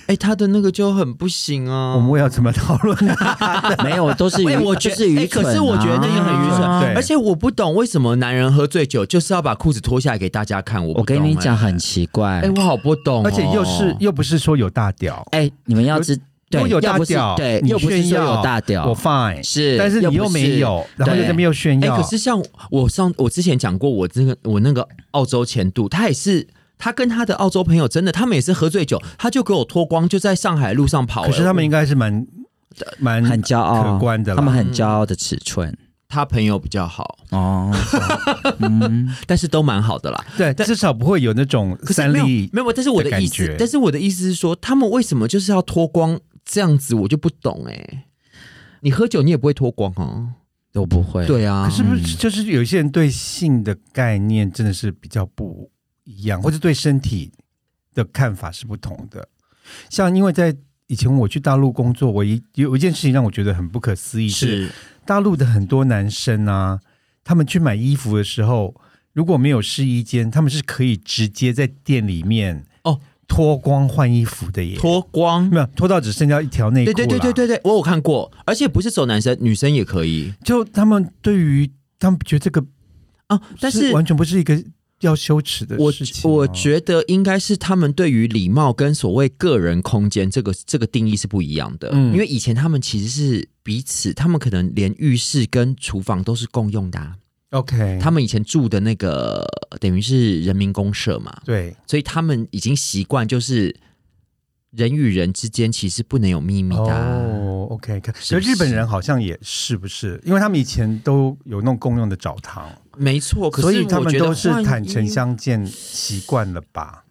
Speaker 3: 哎，他的那个就很不行啊。
Speaker 1: 我们也要怎么讨论？
Speaker 2: 没有，都是愚，
Speaker 3: 哎我觉
Speaker 2: 就是愚蠢啊、
Speaker 3: 哎可是我觉得那也很愚蠢
Speaker 2: 啊
Speaker 1: 对
Speaker 3: 而且我不懂为什么男人喝醉酒就是要把裤子脱下来给大家看。我
Speaker 2: 我
Speaker 3: 我
Speaker 2: 跟你讲，，很奇怪。
Speaker 3: 哎，我好不懂哦，
Speaker 1: 而且又是又不是说有大屌，
Speaker 2: 哎、你们要知，
Speaker 1: 如
Speaker 2: 对，
Speaker 1: 果有
Speaker 2: 要
Speaker 1: 大
Speaker 2: 不是
Speaker 1: 屌，
Speaker 2: 对，
Speaker 1: 你
Speaker 2: 又不是
Speaker 1: 炫
Speaker 2: 说
Speaker 1: 耀
Speaker 2: 有大屌，
Speaker 1: 我 fine，
Speaker 2: 是
Speaker 1: 但是你
Speaker 2: 又
Speaker 1: 又
Speaker 2: 不
Speaker 1: 没
Speaker 2: 是
Speaker 1: 有，然后又
Speaker 2: 对
Speaker 1: 这边又炫
Speaker 3: 哎、
Speaker 1: 耀，
Speaker 3: 可是像我上我之前讲过，我这个我那个澳洲前度，他也是。他跟他的澳洲朋友真的，他们也是喝醉酒，他就给我脱光，就在上海路上跑、
Speaker 1: 可是
Speaker 3: 哎
Speaker 1: 他们应该是蛮蛮
Speaker 2: 很骄傲，
Speaker 1: 可观的啦
Speaker 2: 他们很骄傲的尺寸
Speaker 3: 他朋友比较好，
Speaker 2: 哦。嗯，
Speaker 3: 但是都蛮好的啦。
Speaker 1: 对，
Speaker 3: 但
Speaker 1: 至少不会有那种
Speaker 3: 可是
Speaker 1: 三
Speaker 3: 没有
Speaker 1: 立
Speaker 3: 没有，但是我
Speaker 1: 的
Speaker 3: 的
Speaker 1: 感
Speaker 3: 意思
Speaker 1: 觉，
Speaker 3: 但是我的意思是说，他们为什么就是要脱光这样子，我就不懂哎、你喝酒你也不会脱光哦、
Speaker 2: 都不会。，
Speaker 3: 对啊
Speaker 1: 可，是不是就是有些人对性的概念真的是比较不一样，或者对身体的看法是不同的。像因为在以前我去大陆工作，我一有一件事情让我觉得很不可思议，是大陆的很多男生啊，他们去买衣服的时候，如果没有试衣间，他们是可以直接在店里面
Speaker 3: 哦
Speaker 1: 脱光换衣服的耶，
Speaker 3: 脱光。
Speaker 1: 没有脱到只剩下一条内裤
Speaker 3: 对
Speaker 1: 啦
Speaker 3: 对对对对对，我有看过，而且不是走男生，女生也可以
Speaker 1: 就他们对于他们觉得这个
Speaker 3: 啊。但是
Speaker 1: 完全不是一个要羞耻的
Speaker 3: 我
Speaker 1: 事情啊、
Speaker 3: 我觉得应该是他们对于礼貌跟所谓个人空间这个这个定义是不一样的，
Speaker 1: 嗯
Speaker 3: 因为以前他们其实是彼此，他们可能连浴室跟厨房都是共用的啊、
Speaker 1: OK，
Speaker 3: 他们以前住的那个等于是人民公社嘛，
Speaker 1: 对
Speaker 3: 所以他们已经习惯就是人与人之间其实不能有秘密的啊、
Speaker 1: 哦，OK，可
Speaker 3: 是不
Speaker 1: 可
Speaker 3: 是
Speaker 1: 日本人好像也是不是？因为他们以前都有那种共用的澡堂，
Speaker 3: 没错。哦可是
Speaker 1: 所以他
Speaker 3: 我
Speaker 1: 们
Speaker 3: 觉得
Speaker 1: 都是
Speaker 3: 换
Speaker 1: 坦诚
Speaker 3: 衣
Speaker 1: 相见，习惯了吧？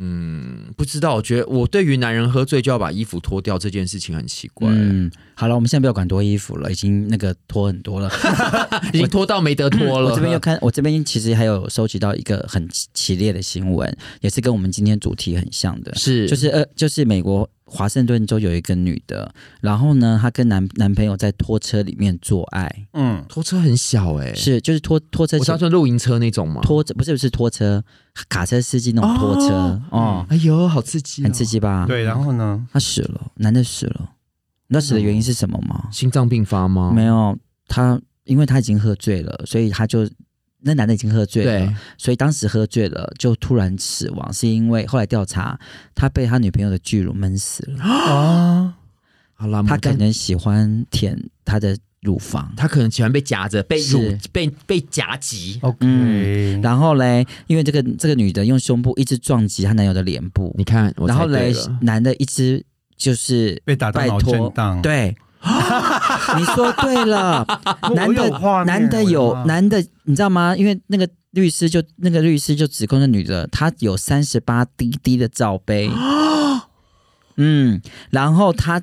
Speaker 3: 嗯，不知道，我觉得我对于男人喝醉就要把衣服脱掉这件事情很奇怪，
Speaker 2: 嗯，好了，我们现在不要管多衣服了，已经那个脱很多了。
Speaker 3: 啊已经脱到没得脱了。
Speaker 2: 我这 边又看，我这边其实还有收集到一个很奇烈的新闻，也是跟我们今天主题很像的，
Speaker 3: 是
Speaker 2: 就是呃，就是美国华盛顿州有一个女的，然后呢，她跟男男朋友在拖车里面做爱，
Speaker 1: 嗯，
Speaker 3: 拖车很小哎、
Speaker 2: 是就是拖拖车
Speaker 3: 我是
Speaker 2: 前
Speaker 3: 要说露营车那种吗？，
Speaker 2: 拖车不是不是拖车，卡车司机那种拖车
Speaker 3: 哦
Speaker 2: 哦，
Speaker 3: 哎呦，好刺激、
Speaker 2: 很刺，激吧？
Speaker 3: 嗯
Speaker 1: 对，然后呢？
Speaker 2: 他死了，男的死了。那死的原因是什么吗？
Speaker 3: 心脏病发吗？
Speaker 2: 没有，他因为他已经喝醉了，所以他就那男的已经喝醉了
Speaker 3: 对，，
Speaker 2: 所以当时喝醉了就突然死亡，是因为后来调查他被他女朋友的巨乳闷死了，
Speaker 1: 啊，
Speaker 3: 好啦，
Speaker 2: 他
Speaker 3: 我
Speaker 2: 可
Speaker 3: 跟
Speaker 2: 能喜欢舔他的乳房。
Speaker 3: 他可能喜欢被夹着，被辱
Speaker 2: 是，
Speaker 3: 被被夹击。
Speaker 1: OK，、
Speaker 2: 嗯然后嘞，因为这个这个女的用胸部一直撞击她男友的脸部，
Speaker 3: 你看，我
Speaker 2: 然后
Speaker 3: 猜对
Speaker 2: 嘞
Speaker 3: 了，
Speaker 2: 男的一直就是
Speaker 1: 被打到
Speaker 2: 拜
Speaker 1: 脑
Speaker 2: 托
Speaker 1: 震荡，，
Speaker 2: 对，你说对了，
Speaker 1: 我
Speaker 2: 男
Speaker 1: 有画
Speaker 2: 的
Speaker 1: 面
Speaker 2: 男的
Speaker 1: 我的
Speaker 2: 有
Speaker 1: 妈
Speaker 2: 男的，你知道吗？因为那个律师就那个律师就指控那女的，她有三十八滴滴的罩 杯，嗯，然后她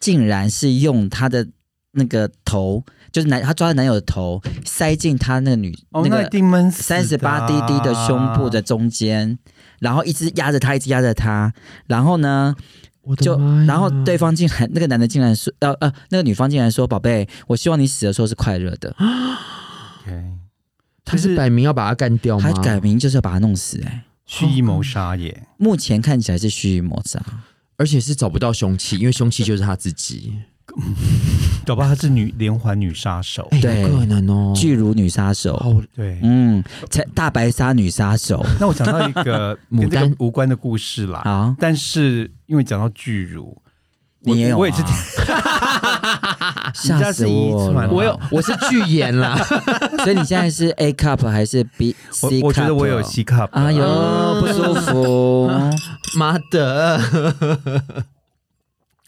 Speaker 2: 竟然是用她的那个头，就是男她抓着男友的头塞进她那个女、
Speaker 1: 哦，那一
Speaker 2: 个
Speaker 1: 定闷死的啊
Speaker 2: 三十八滴滴的胸部的中间，然后一直压着她，一直压着她，然后呢，
Speaker 3: 我的
Speaker 2: 就
Speaker 3: 妈呀
Speaker 2: 然后对方竟然那个男的竟然说，呃呃，那个女方竟然说，宝贝，我希望你死的时候是快乐的。
Speaker 1: ，OK，
Speaker 3: 他是摆明要把他干掉吗
Speaker 2: 他？改名就是要把他弄死、哎，
Speaker 1: 蓄意谋杀耶。
Speaker 2: 目前看起来是蓄意谋杀，
Speaker 3: 而且是找不到凶器，因为凶器就是他自己。
Speaker 1: 搞不好她是女连环女杀手。
Speaker 3: 哎、
Speaker 2: 对
Speaker 3: 有可能哦，
Speaker 2: 巨乳女杀手，
Speaker 3: 好
Speaker 1: 对，
Speaker 2: 嗯，才大白鲨女杀手，
Speaker 1: 那我想到一个 跟
Speaker 3: 牡
Speaker 1: 这
Speaker 3: 丹
Speaker 1: 个无关的故事啦。
Speaker 2: 好
Speaker 1: 但是因为讲到巨乳，我
Speaker 2: 你也有
Speaker 1: 我也是
Speaker 2: 吗吓死我
Speaker 1: 你家是遗传
Speaker 2: 了！
Speaker 1: 吗
Speaker 3: 我有，我是巨眼啦，
Speaker 2: 所以你现在是 A cup 还是 B C
Speaker 1: 我
Speaker 2: cup？
Speaker 1: 我觉得我有 C cup
Speaker 2: 哎呦，不舒服。
Speaker 3: 妈的，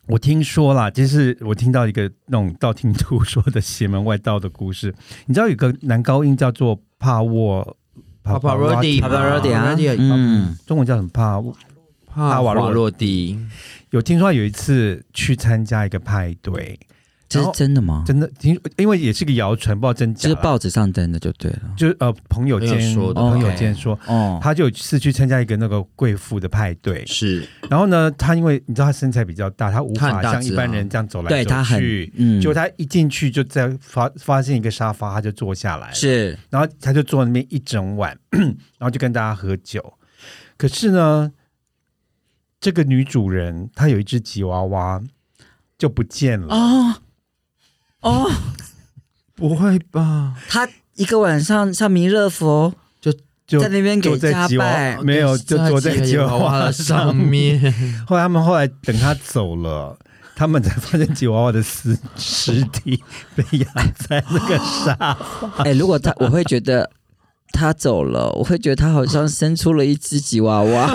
Speaker 1: 我听说啦，就是我听到一个那种道听途说的邪门外道的故事。你知道有个男高音叫做帕沃帕帕罗
Speaker 3: Pavarotti
Speaker 1: 蒂，
Speaker 2: 帕巴罗蒂啊
Speaker 3: Pavarotti，，
Speaker 2: 嗯，
Speaker 1: 中文叫什么帕沃？
Speaker 3: 帕
Speaker 1: 瓦洛
Speaker 3: 洛蒂，
Speaker 1: 有听说他有一次去参加一个派对，
Speaker 2: 这
Speaker 1: 然
Speaker 2: 是
Speaker 1: 后
Speaker 2: 真的吗？
Speaker 1: 真的听，因为也是个谣传，不知道真
Speaker 2: 就
Speaker 1: 假
Speaker 2: 是
Speaker 1: 啦。
Speaker 2: 报纸上登的就对了。
Speaker 1: 就是呃朋友
Speaker 3: 朋友
Speaker 1: 间
Speaker 3: 说的
Speaker 1: 朋友
Speaker 2: OK
Speaker 1: 间说，
Speaker 2: 哦，
Speaker 1: 他就有一次去参加一个那个贵妇的派对，
Speaker 3: 是
Speaker 1: 然后呢，他因为你知道他身材比较大，他无
Speaker 3: 他
Speaker 1: 法
Speaker 3: 很大
Speaker 1: 像
Speaker 3: 只
Speaker 1: 一
Speaker 3: 啊
Speaker 1: 般人这样走来走
Speaker 2: 对
Speaker 1: 去。
Speaker 2: 他很，嗯，
Speaker 1: 就他一进去就在发发现一个沙发，他就坐下来了，
Speaker 2: 是
Speaker 1: 然后他就坐那边一整晚， 然后就跟大家喝酒。可是呢，这个女主人她有一只吉娃娃就不见了，
Speaker 2: 哦哦，
Speaker 3: 不会吧？
Speaker 2: 他一个晚上像弥勒佛
Speaker 1: 就
Speaker 2: 在那边给
Speaker 1: 坐在
Speaker 2: 家
Speaker 1: 吉娃
Speaker 2: 拜
Speaker 3: 哦
Speaker 1: 没有就坐在吉娃娃
Speaker 3: 的上 面，
Speaker 1: 后来他们后来等他走了，他们才发现吉娃娃的尸尸体被压在那个沙。
Speaker 2: 哎，如果他，我会觉得他走了，我会觉得他好像生出了一只吉娃 娃。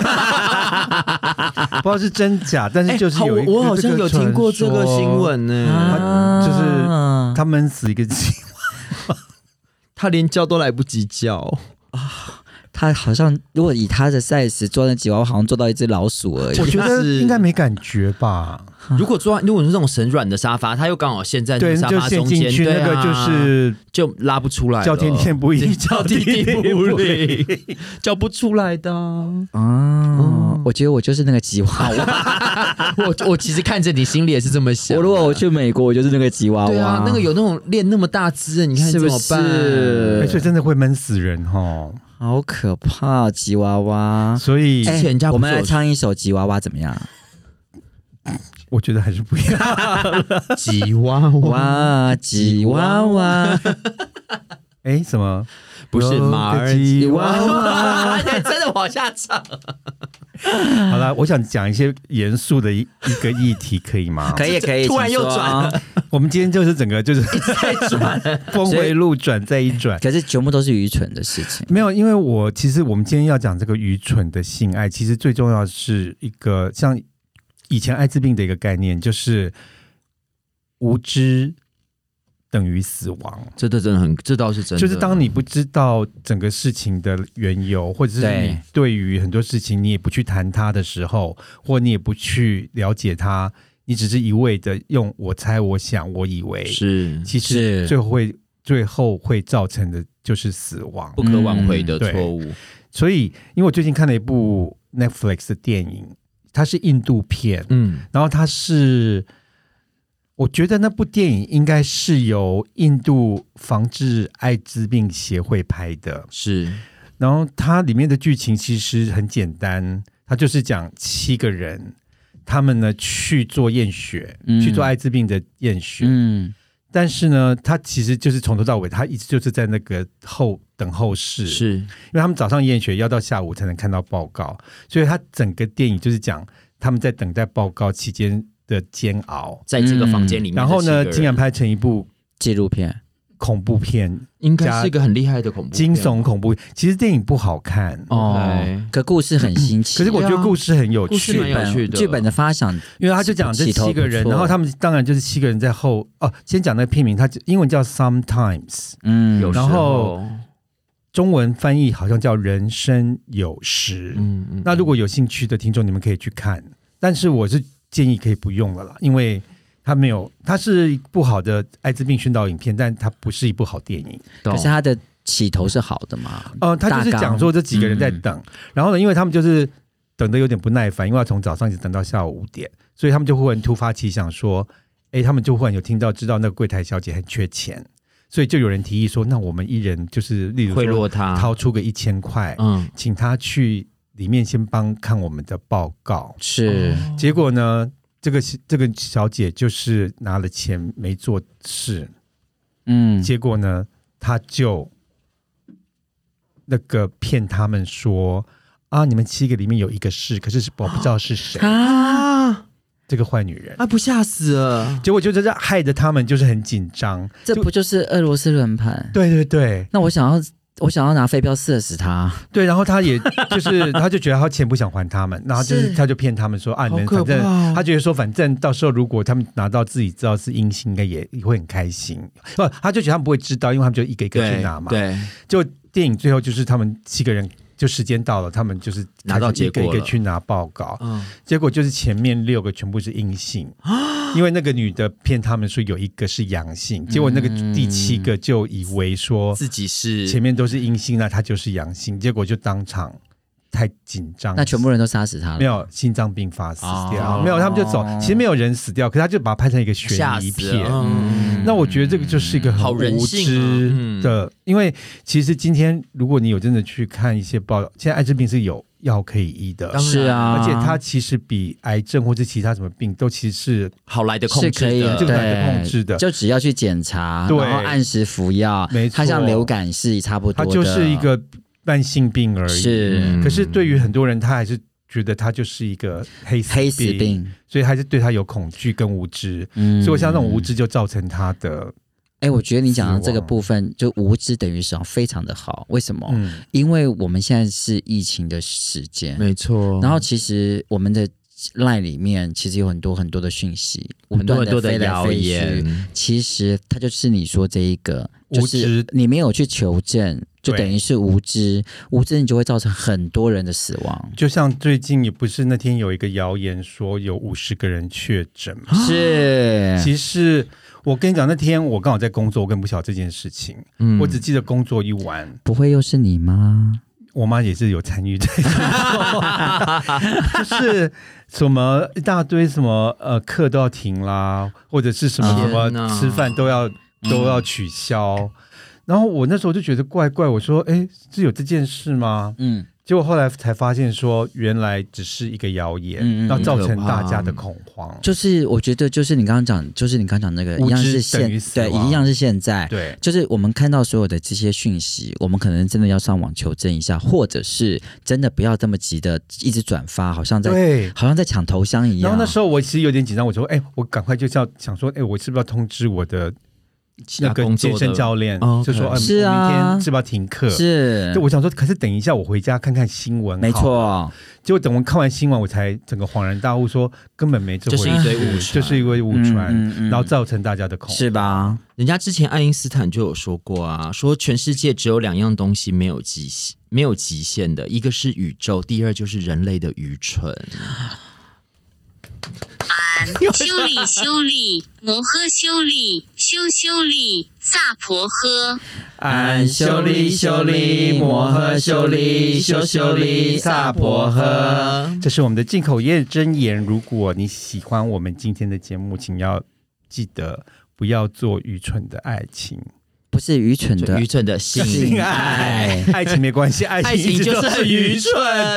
Speaker 1: 不知道是真假，但是就是
Speaker 3: 哎好
Speaker 1: 有一、
Speaker 3: 我我好像有听过这个啊新。闻呢，
Speaker 2: 啊
Speaker 1: 就是他闷死一个鸡，
Speaker 3: 他连叫都来不及叫，
Speaker 2: 他好像，如果以他的 size 做那吉娃娃，好像做到一只老鼠而已
Speaker 1: 我。觉得
Speaker 3: 是
Speaker 1: 应该没感觉吧？
Speaker 3: 如果坐，如果是这种神软的沙发，他又刚好陷在 那
Speaker 1: 对，
Speaker 3: 个沙
Speaker 1: 就
Speaker 3: 发
Speaker 1: 陷
Speaker 3: 中
Speaker 1: 进
Speaker 3: 间，
Speaker 1: 去
Speaker 3: 对
Speaker 1: 那个
Speaker 3: 啊
Speaker 1: 就是
Speaker 3: 就拉不出来了，
Speaker 1: 叫天天不应，
Speaker 3: 叫地地不 灵，叫不出来 的啊。
Speaker 2: 哦，我觉得我就是那个吉娃娃。
Speaker 3: 我我其实看着你，心里也是这么想。
Speaker 2: 我如果我去美国，我就是那个吉娃
Speaker 3: 对啊
Speaker 2: 娃，，
Speaker 3: 那个有那种练那么大只的，你看怎
Speaker 2: 是不
Speaker 3: 么办？
Speaker 2: 是
Speaker 1: 哎所以真的会闷死人哦。
Speaker 2: 好可怕，吉娃娃。哎
Speaker 1: 所以
Speaker 3: 之前人家
Speaker 2: 我
Speaker 3: 不
Speaker 2: 们
Speaker 3: 是有
Speaker 2: 来唱一首《吉娃娃》怎么样？
Speaker 1: 我觉得还是不 要。
Speaker 3: 吉娃娃
Speaker 2: 哇，吉娃娃，
Speaker 1: 哎，什么？
Speaker 3: 不是
Speaker 1: 有个
Speaker 3: 马儿
Speaker 1: 吉
Speaker 2: 吉
Speaker 1: 娃
Speaker 2: 娃娃，
Speaker 3: 真的往下唱，
Speaker 1: 好了，我想讲一些严肃的一一个议题，可以 吗？
Speaker 2: 可以可以，
Speaker 3: 突然又
Speaker 2: 请说
Speaker 3: 转
Speaker 1: 我们今天就是整个 就是在转，峰回路转再一转。
Speaker 2: 可是全部都是愚蠢的事情。
Speaker 1: 没有，因为我其实我们今天要讲这个愚蠢的性爱，其实最重要是一个像以前艾滋病的一个概念，就是无知等于死亡。
Speaker 3: 这这真的很，这倒是真的。
Speaker 1: 就是当你不知道整个事情的缘由，或者是
Speaker 2: 对
Speaker 1: 你对于很多事情你也不去谈它的时候，或你也不去了解它，你只是一味的用“我猜”“我想”“我以为”，
Speaker 3: 是
Speaker 1: 其
Speaker 2: 是
Speaker 1: 实最后会最后会造成的就是死亡。
Speaker 3: 不可挽回的
Speaker 1: 嗯对
Speaker 3: 错误，
Speaker 1: 所以，因为我最近看了一部 Netflix 的电影，它是印度片，
Speaker 3: 嗯，
Speaker 1: 然后它是，我觉得那部电影应该是由印度防治艾滋病协会拍的。
Speaker 3: 是
Speaker 1: 然后它里面的剧情其实很简单，它就是讲七个人，他们呢去做验血，
Speaker 2: 嗯
Speaker 1: 去做艾滋病的验血，
Speaker 2: 嗯，
Speaker 1: 但是呢，他其实就是从头到尾，他一直就是在那个后等候室，
Speaker 3: 是
Speaker 1: 因为他们早上验血要到下午才能看到报告，所以他整个电影就是讲他们在等待报告期间的煎熬。
Speaker 3: 在这个房间里面
Speaker 1: 嗯
Speaker 3: 的
Speaker 1: 然
Speaker 3: 七个
Speaker 1: 后
Speaker 3: 人。
Speaker 1: 呢，竟然拍成一部
Speaker 2: 纪录片
Speaker 1: 恐怖片，
Speaker 3: 应该是一个很厉害的恐怖片
Speaker 1: 惊悚恐怖。其实电影不好看，
Speaker 3: 哦，
Speaker 2: 可故事很新奇。
Speaker 1: 可是我觉得
Speaker 3: 对啊
Speaker 1: 故事很有
Speaker 3: 故事
Speaker 1: 趣
Speaker 3: 蛮，有趣的
Speaker 2: 剧本的发想，
Speaker 1: 因为他就讲这
Speaker 2: 起头
Speaker 1: 七个人，
Speaker 2: 不错
Speaker 1: 然后他们当然就是七个人在后哦。先讲那个片名，它英文叫 Sometimes，
Speaker 2: 嗯，
Speaker 3: 有时
Speaker 1: 然后
Speaker 3: 候
Speaker 1: 中文翻译好像叫《人生有时》。
Speaker 3: 嗯嗯
Speaker 1: 那如果有兴趣的听众，你们可以去看，但是我是建议可以不用了啦，因为它没有，它是一部好的艾滋病宣导影片，但它不是一部好电影。
Speaker 2: 可
Speaker 3: 懂
Speaker 2: 是它的起头是好的嘛？
Speaker 3: 嗯
Speaker 1: 呃，它就是
Speaker 2: 大纲
Speaker 1: 讲说这几个人在等，然后呢，因为他们就是等的有点不耐烦，因为要从早上一直等到下午五点，所以他们就忽然突发奇想说，哎，他们就忽然有听到知道那个柜台小姐很缺钱，所以就有人提议说，那我们一人就是例如
Speaker 3: 贿
Speaker 1: 说
Speaker 3: 赂他，
Speaker 1: 掏出个一千块，
Speaker 3: 嗯，
Speaker 1: 请他去里面先帮看我们的报告，
Speaker 2: 是
Speaker 1: 结果呢，这个这个小姐就是拿了钱没做事，
Speaker 2: 嗯
Speaker 1: 结果呢，她就那个骗他们说啊，你们七个里面有一个是，可是是我不知道是谁，
Speaker 2: 啊，
Speaker 3: 啊
Speaker 1: 这个坏女人。
Speaker 3: 啊，不吓死了！
Speaker 1: 结果就这样害得他们就是很紧张，
Speaker 2: 这
Speaker 1: 就
Speaker 2: 不就是俄罗斯轮盘？
Speaker 1: 对对对
Speaker 2: 那我想要，我想要拿飞镖射死他。
Speaker 1: 对，然后他也就是他就觉得他钱不想还他们，然后就是
Speaker 2: 是
Speaker 1: 他就骗他们说啊，你们
Speaker 3: 好可
Speaker 1: 反正
Speaker 3: 怕哦
Speaker 1: 他觉得说反正到时候如果他们拿到自己知道是阴性，应该也也会很开心，不，他就觉得他们不会知道，因为他们就一个一个去
Speaker 3: 对
Speaker 1: 拿嘛，
Speaker 3: 对，
Speaker 1: 就电影最后就是他们七个人，就时间到了，他们就是
Speaker 3: 拿到
Speaker 1: 开始一
Speaker 3: 结
Speaker 1: 个
Speaker 3: 果了
Speaker 1: 一个去拿报告，
Speaker 3: 嗯，
Speaker 1: 结果就是前面六个全部是阴性，
Speaker 3: 啊
Speaker 1: 因为那个女的骗他们说有一个是阳性，结果那个
Speaker 3: 嗯
Speaker 1: 第七个就以为说
Speaker 3: 自己是
Speaker 1: 前面都是阴性，那她就是阳性，结果就当场太紧张，
Speaker 2: 那全部人都杀死他
Speaker 1: 没
Speaker 2: 了。
Speaker 1: 有心脏病发死掉，
Speaker 3: 哦
Speaker 1: 没有他们就走，其实没有人死掉，可是他就把它拍成一个悬
Speaker 3: 吓
Speaker 1: 疑
Speaker 3: 死
Speaker 1: 片，
Speaker 3: 了嗯
Speaker 1: 那我觉得这个就是一个
Speaker 3: 好
Speaker 1: 很
Speaker 3: 人
Speaker 1: 无
Speaker 3: 性啊
Speaker 1: 知的，因为其实今天如果你有真的去看一些报道，现在艾滋病是有药可以医的
Speaker 3: 当，然
Speaker 2: 是啊，
Speaker 1: 而且它其实比癌症或者其他什么病都其实
Speaker 3: 好来的控
Speaker 2: 是
Speaker 3: 制
Speaker 2: 可以
Speaker 3: 的
Speaker 1: 这个来的控制的
Speaker 2: 就只要去检查，
Speaker 1: 对
Speaker 2: 然后按时服药，
Speaker 1: 没错
Speaker 2: 它像流感是差不
Speaker 1: 它
Speaker 2: 多的，
Speaker 1: 就是一个慢性病而已。
Speaker 2: 是
Speaker 3: 嗯
Speaker 1: 可是对于很多人，他还是觉得它就是一个黑死
Speaker 2: 黑死，病。
Speaker 1: 所以还是对他有恐惧跟无知。
Speaker 2: 嗯
Speaker 1: 所以我像那种无，知就造成他的，
Speaker 2: 哎，我觉得你讲的
Speaker 1: 死亡
Speaker 2: 这个部分，就无知等于少，非常的好。为什么？
Speaker 1: 嗯，
Speaker 2: 因为我们现在是疫情的时间，
Speaker 3: 没错。
Speaker 2: 然后其实我们的 line 里面其实有很多很多的讯息，
Speaker 3: 很多很多
Speaker 2: 不断
Speaker 3: 的
Speaker 2: 地飞来
Speaker 3: 谣
Speaker 2: 飞去
Speaker 3: 言，
Speaker 2: 其实它就是你说这一个，
Speaker 1: 无
Speaker 2: 就
Speaker 1: 知
Speaker 2: 是你没有去求证，就
Speaker 1: 对
Speaker 2: 等于是无知，无知你就会造成很多人的死亡。
Speaker 1: 就像最近也不是那天有一个谣言说有五十个人确诊嘛
Speaker 2: 是，
Speaker 1: 啊其实我跟你讲，那天我刚好在工作，我根本不晓得这件事情，
Speaker 3: 嗯
Speaker 1: 我只记得工作一晚，
Speaker 2: 不会又是你吗？
Speaker 1: 我妈也是有参与在 工作，就是什么一大堆什么呃课都要停啦，或者是什么什
Speaker 3: 天
Speaker 1: 么
Speaker 3: 哪
Speaker 1: 吃饭都要
Speaker 2: 嗯
Speaker 1: 都要取消。然后我那时候就觉得怪怪，我说：“哎，是有这件事吗
Speaker 2: 嗯，？”
Speaker 1: 结果后来才发现说，原来只是一个谣言，
Speaker 2: 嗯嗯嗯
Speaker 1: 然后造成大家的恐慌。
Speaker 2: 就是我觉得就是你刚刚讲，就是你刚刚讲那个
Speaker 1: 无
Speaker 2: 一样
Speaker 1: 知
Speaker 2: 是
Speaker 1: 等于
Speaker 2: 现
Speaker 1: 死
Speaker 2: 对，
Speaker 1: 亡
Speaker 2: 一样是现在。
Speaker 1: 对，
Speaker 2: 就是我们看到所有的这些讯息，我们可能真的要上网求证一下，或者是真的不要这么急的一直转发，好像在
Speaker 1: 对，
Speaker 2: 好像在抢头香一样。
Speaker 1: 然后那时候我其实有点紧张，我就说：“哎、我赶快就是要想说，哎、我是不是要通知我的那个
Speaker 3: 工作
Speaker 1: 健
Speaker 3: 的
Speaker 1: 身教练，
Speaker 3: 哦
Speaker 1: 就说，
Speaker 3: OK
Speaker 1: 哎、
Speaker 2: 是啊
Speaker 1: 我明天是不是要停课？
Speaker 2: 是
Speaker 1: 就，我想说，可是等一下我回家看看新闻，
Speaker 2: 没。错，
Speaker 1: 结果等我看完新闻，我才整个恍然大悟说根本没这回
Speaker 3: 就
Speaker 1: 事，
Speaker 3: 是一堆误传
Speaker 1: 就是一堆误传，
Speaker 2: 嗯嗯嗯
Speaker 1: 然后造成大家的恐
Speaker 2: 是吧？
Speaker 3: 人家之前爱因斯坦就有说过啊，说全世界只有两样东西没有极限，没有极限的，一个是宇宙，第二就是人类的愚蠢。
Speaker 4: 修理修理，摩诃修理，修修理，萨婆诃。
Speaker 2: 俺修理修理摩诃修理修修理萨婆诃。
Speaker 1: 这是我们的进口业真言。如果你喜欢我们今天的节目，请要记得不要做愚蠢的爱情。
Speaker 2: 不是愚蠢
Speaker 3: 就
Speaker 2: 的
Speaker 3: 愚。蠢的性
Speaker 2: 性
Speaker 3: 爱
Speaker 2: 爱，
Speaker 1: 爱情没关系， 爱情
Speaker 3: 爱
Speaker 1: 一
Speaker 3: 情
Speaker 1: 直
Speaker 3: 就
Speaker 1: 都
Speaker 3: 是很愚蠢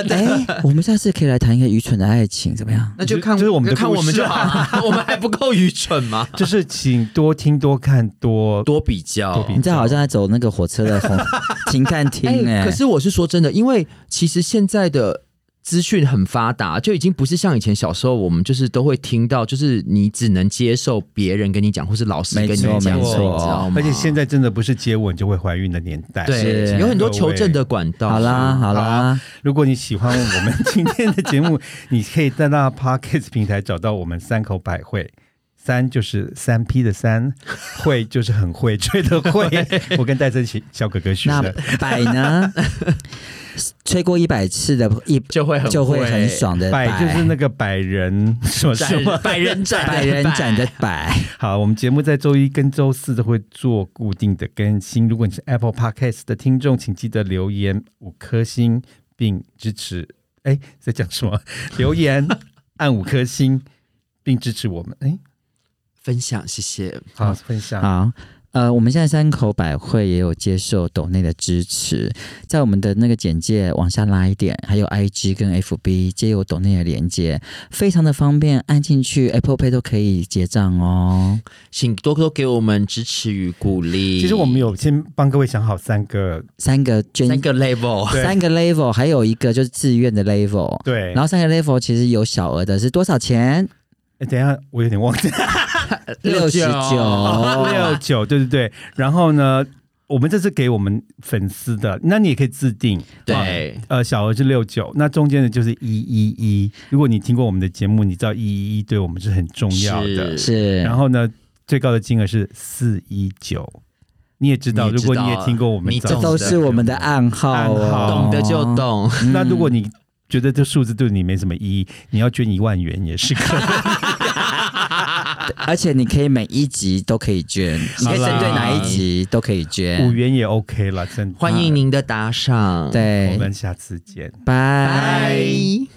Speaker 3: 的。
Speaker 2: 哎，我们下次可以来谈一个愚蠢的爱情，怎么样？
Speaker 3: 那就看
Speaker 1: 就是我们的
Speaker 3: 就看我们
Speaker 1: 故事
Speaker 3: 就
Speaker 1: 啊
Speaker 3: 好了， 我们还不够愚蠢吗？
Speaker 1: 就是请多听、多看、多
Speaker 3: 多比较，
Speaker 1: 多比
Speaker 2: 你这好像在走那个火车的红 停看厅哎、
Speaker 3: 可是我是说真的，因为其实现在的。资讯很发达，就已经不是像以前小时候，我们就是都会听到，就是你只能接受别人跟你讲，或是老师跟你讲，
Speaker 2: 没错
Speaker 3: 你
Speaker 2: 没
Speaker 3: 知
Speaker 2: 错
Speaker 3: 道吗？
Speaker 1: 而且现在真的不是接吻就会怀孕的年代。
Speaker 3: 对，
Speaker 2: 是
Speaker 3: 有很多求证的管道。
Speaker 2: 好啦，好啦，
Speaker 1: 如果你喜欢我们今天的节目， 你可以在那 Podcast 平台找到我们三口百会。三就是三 P 的三，会就是很会吹的 会。我跟戴森奇小哥哥学
Speaker 2: 那
Speaker 1: 的，
Speaker 2: 百呢？吹过一百次的一
Speaker 3: 就会很
Speaker 2: 就会很爽的
Speaker 1: 百就是那个百人什么什
Speaker 3: 展
Speaker 1: 么。
Speaker 3: 百人展
Speaker 2: 百人斩的百，
Speaker 1: 好，我们节目在周一跟周四都会做固定的更新。如果你是 Apple Podcast 的听众，请记得留言五颗星并支持。哎，在讲什么？留言按五颗星并支持我们。哎，
Speaker 3: 分享，谢谢。
Speaker 1: 好，分享。
Speaker 2: 好，呃，我们现在三口百惠也有接受抖内的支持，在我们的那个简介往下拉一点，还有 IG 跟 FB 皆有抖内的连接，非常的方便，按进去 Apple Pay 都可以结账哦。
Speaker 3: 请多多给我们支持与鼓励。
Speaker 1: 其实我们有先帮各位想好三个，
Speaker 2: 三个捐
Speaker 3: 三个 level，
Speaker 1: 对
Speaker 2: 三个 level，还有一个就是自愿的 level。
Speaker 1: 对，
Speaker 2: 然后三个 level 其实有小额的，是多少钱？
Speaker 1: 诶等一下我有点忘记，
Speaker 2: 六十
Speaker 1: 六哦
Speaker 3: 哦
Speaker 1: 九，
Speaker 2: 九。
Speaker 1: 对对对。然后呢，我们这是给我们粉丝的，那你也可以自定。
Speaker 3: 对
Speaker 1: 啊呃，小额是六九，那中间的就是一一一。如果你听过我们的节目，你知道一一一对我们是很重要的。
Speaker 3: 是
Speaker 2: 是，
Speaker 1: 然后呢，最高的金额是四一九，你也知道，
Speaker 3: 你也
Speaker 1: 如
Speaker 3: 知道
Speaker 1: 果你也听过我们
Speaker 3: 你
Speaker 1: 早
Speaker 2: 这
Speaker 3: 懂
Speaker 2: 都
Speaker 3: 得
Speaker 2: 是我们的暗号
Speaker 1: 暗
Speaker 2: 哦
Speaker 1: 号，
Speaker 3: 懂得就懂。
Speaker 2: 嗯。
Speaker 1: 那如果你觉得这数字对你没什么意义，你要捐一万元也是 可以。
Speaker 2: 而且你可以每一集都可以捐，你可以针对哪一集都可以
Speaker 1: 五
Speaker 2: 捐。
Speaker 1: 元也 OK 了，真的。
Speaker 3: 欢迎您的打赏，，
Speaker 1: 我
Speaker 2: 对，
Speaker 1: 们下次见。
Speaker 2: 拜
Speaker 3: 拜。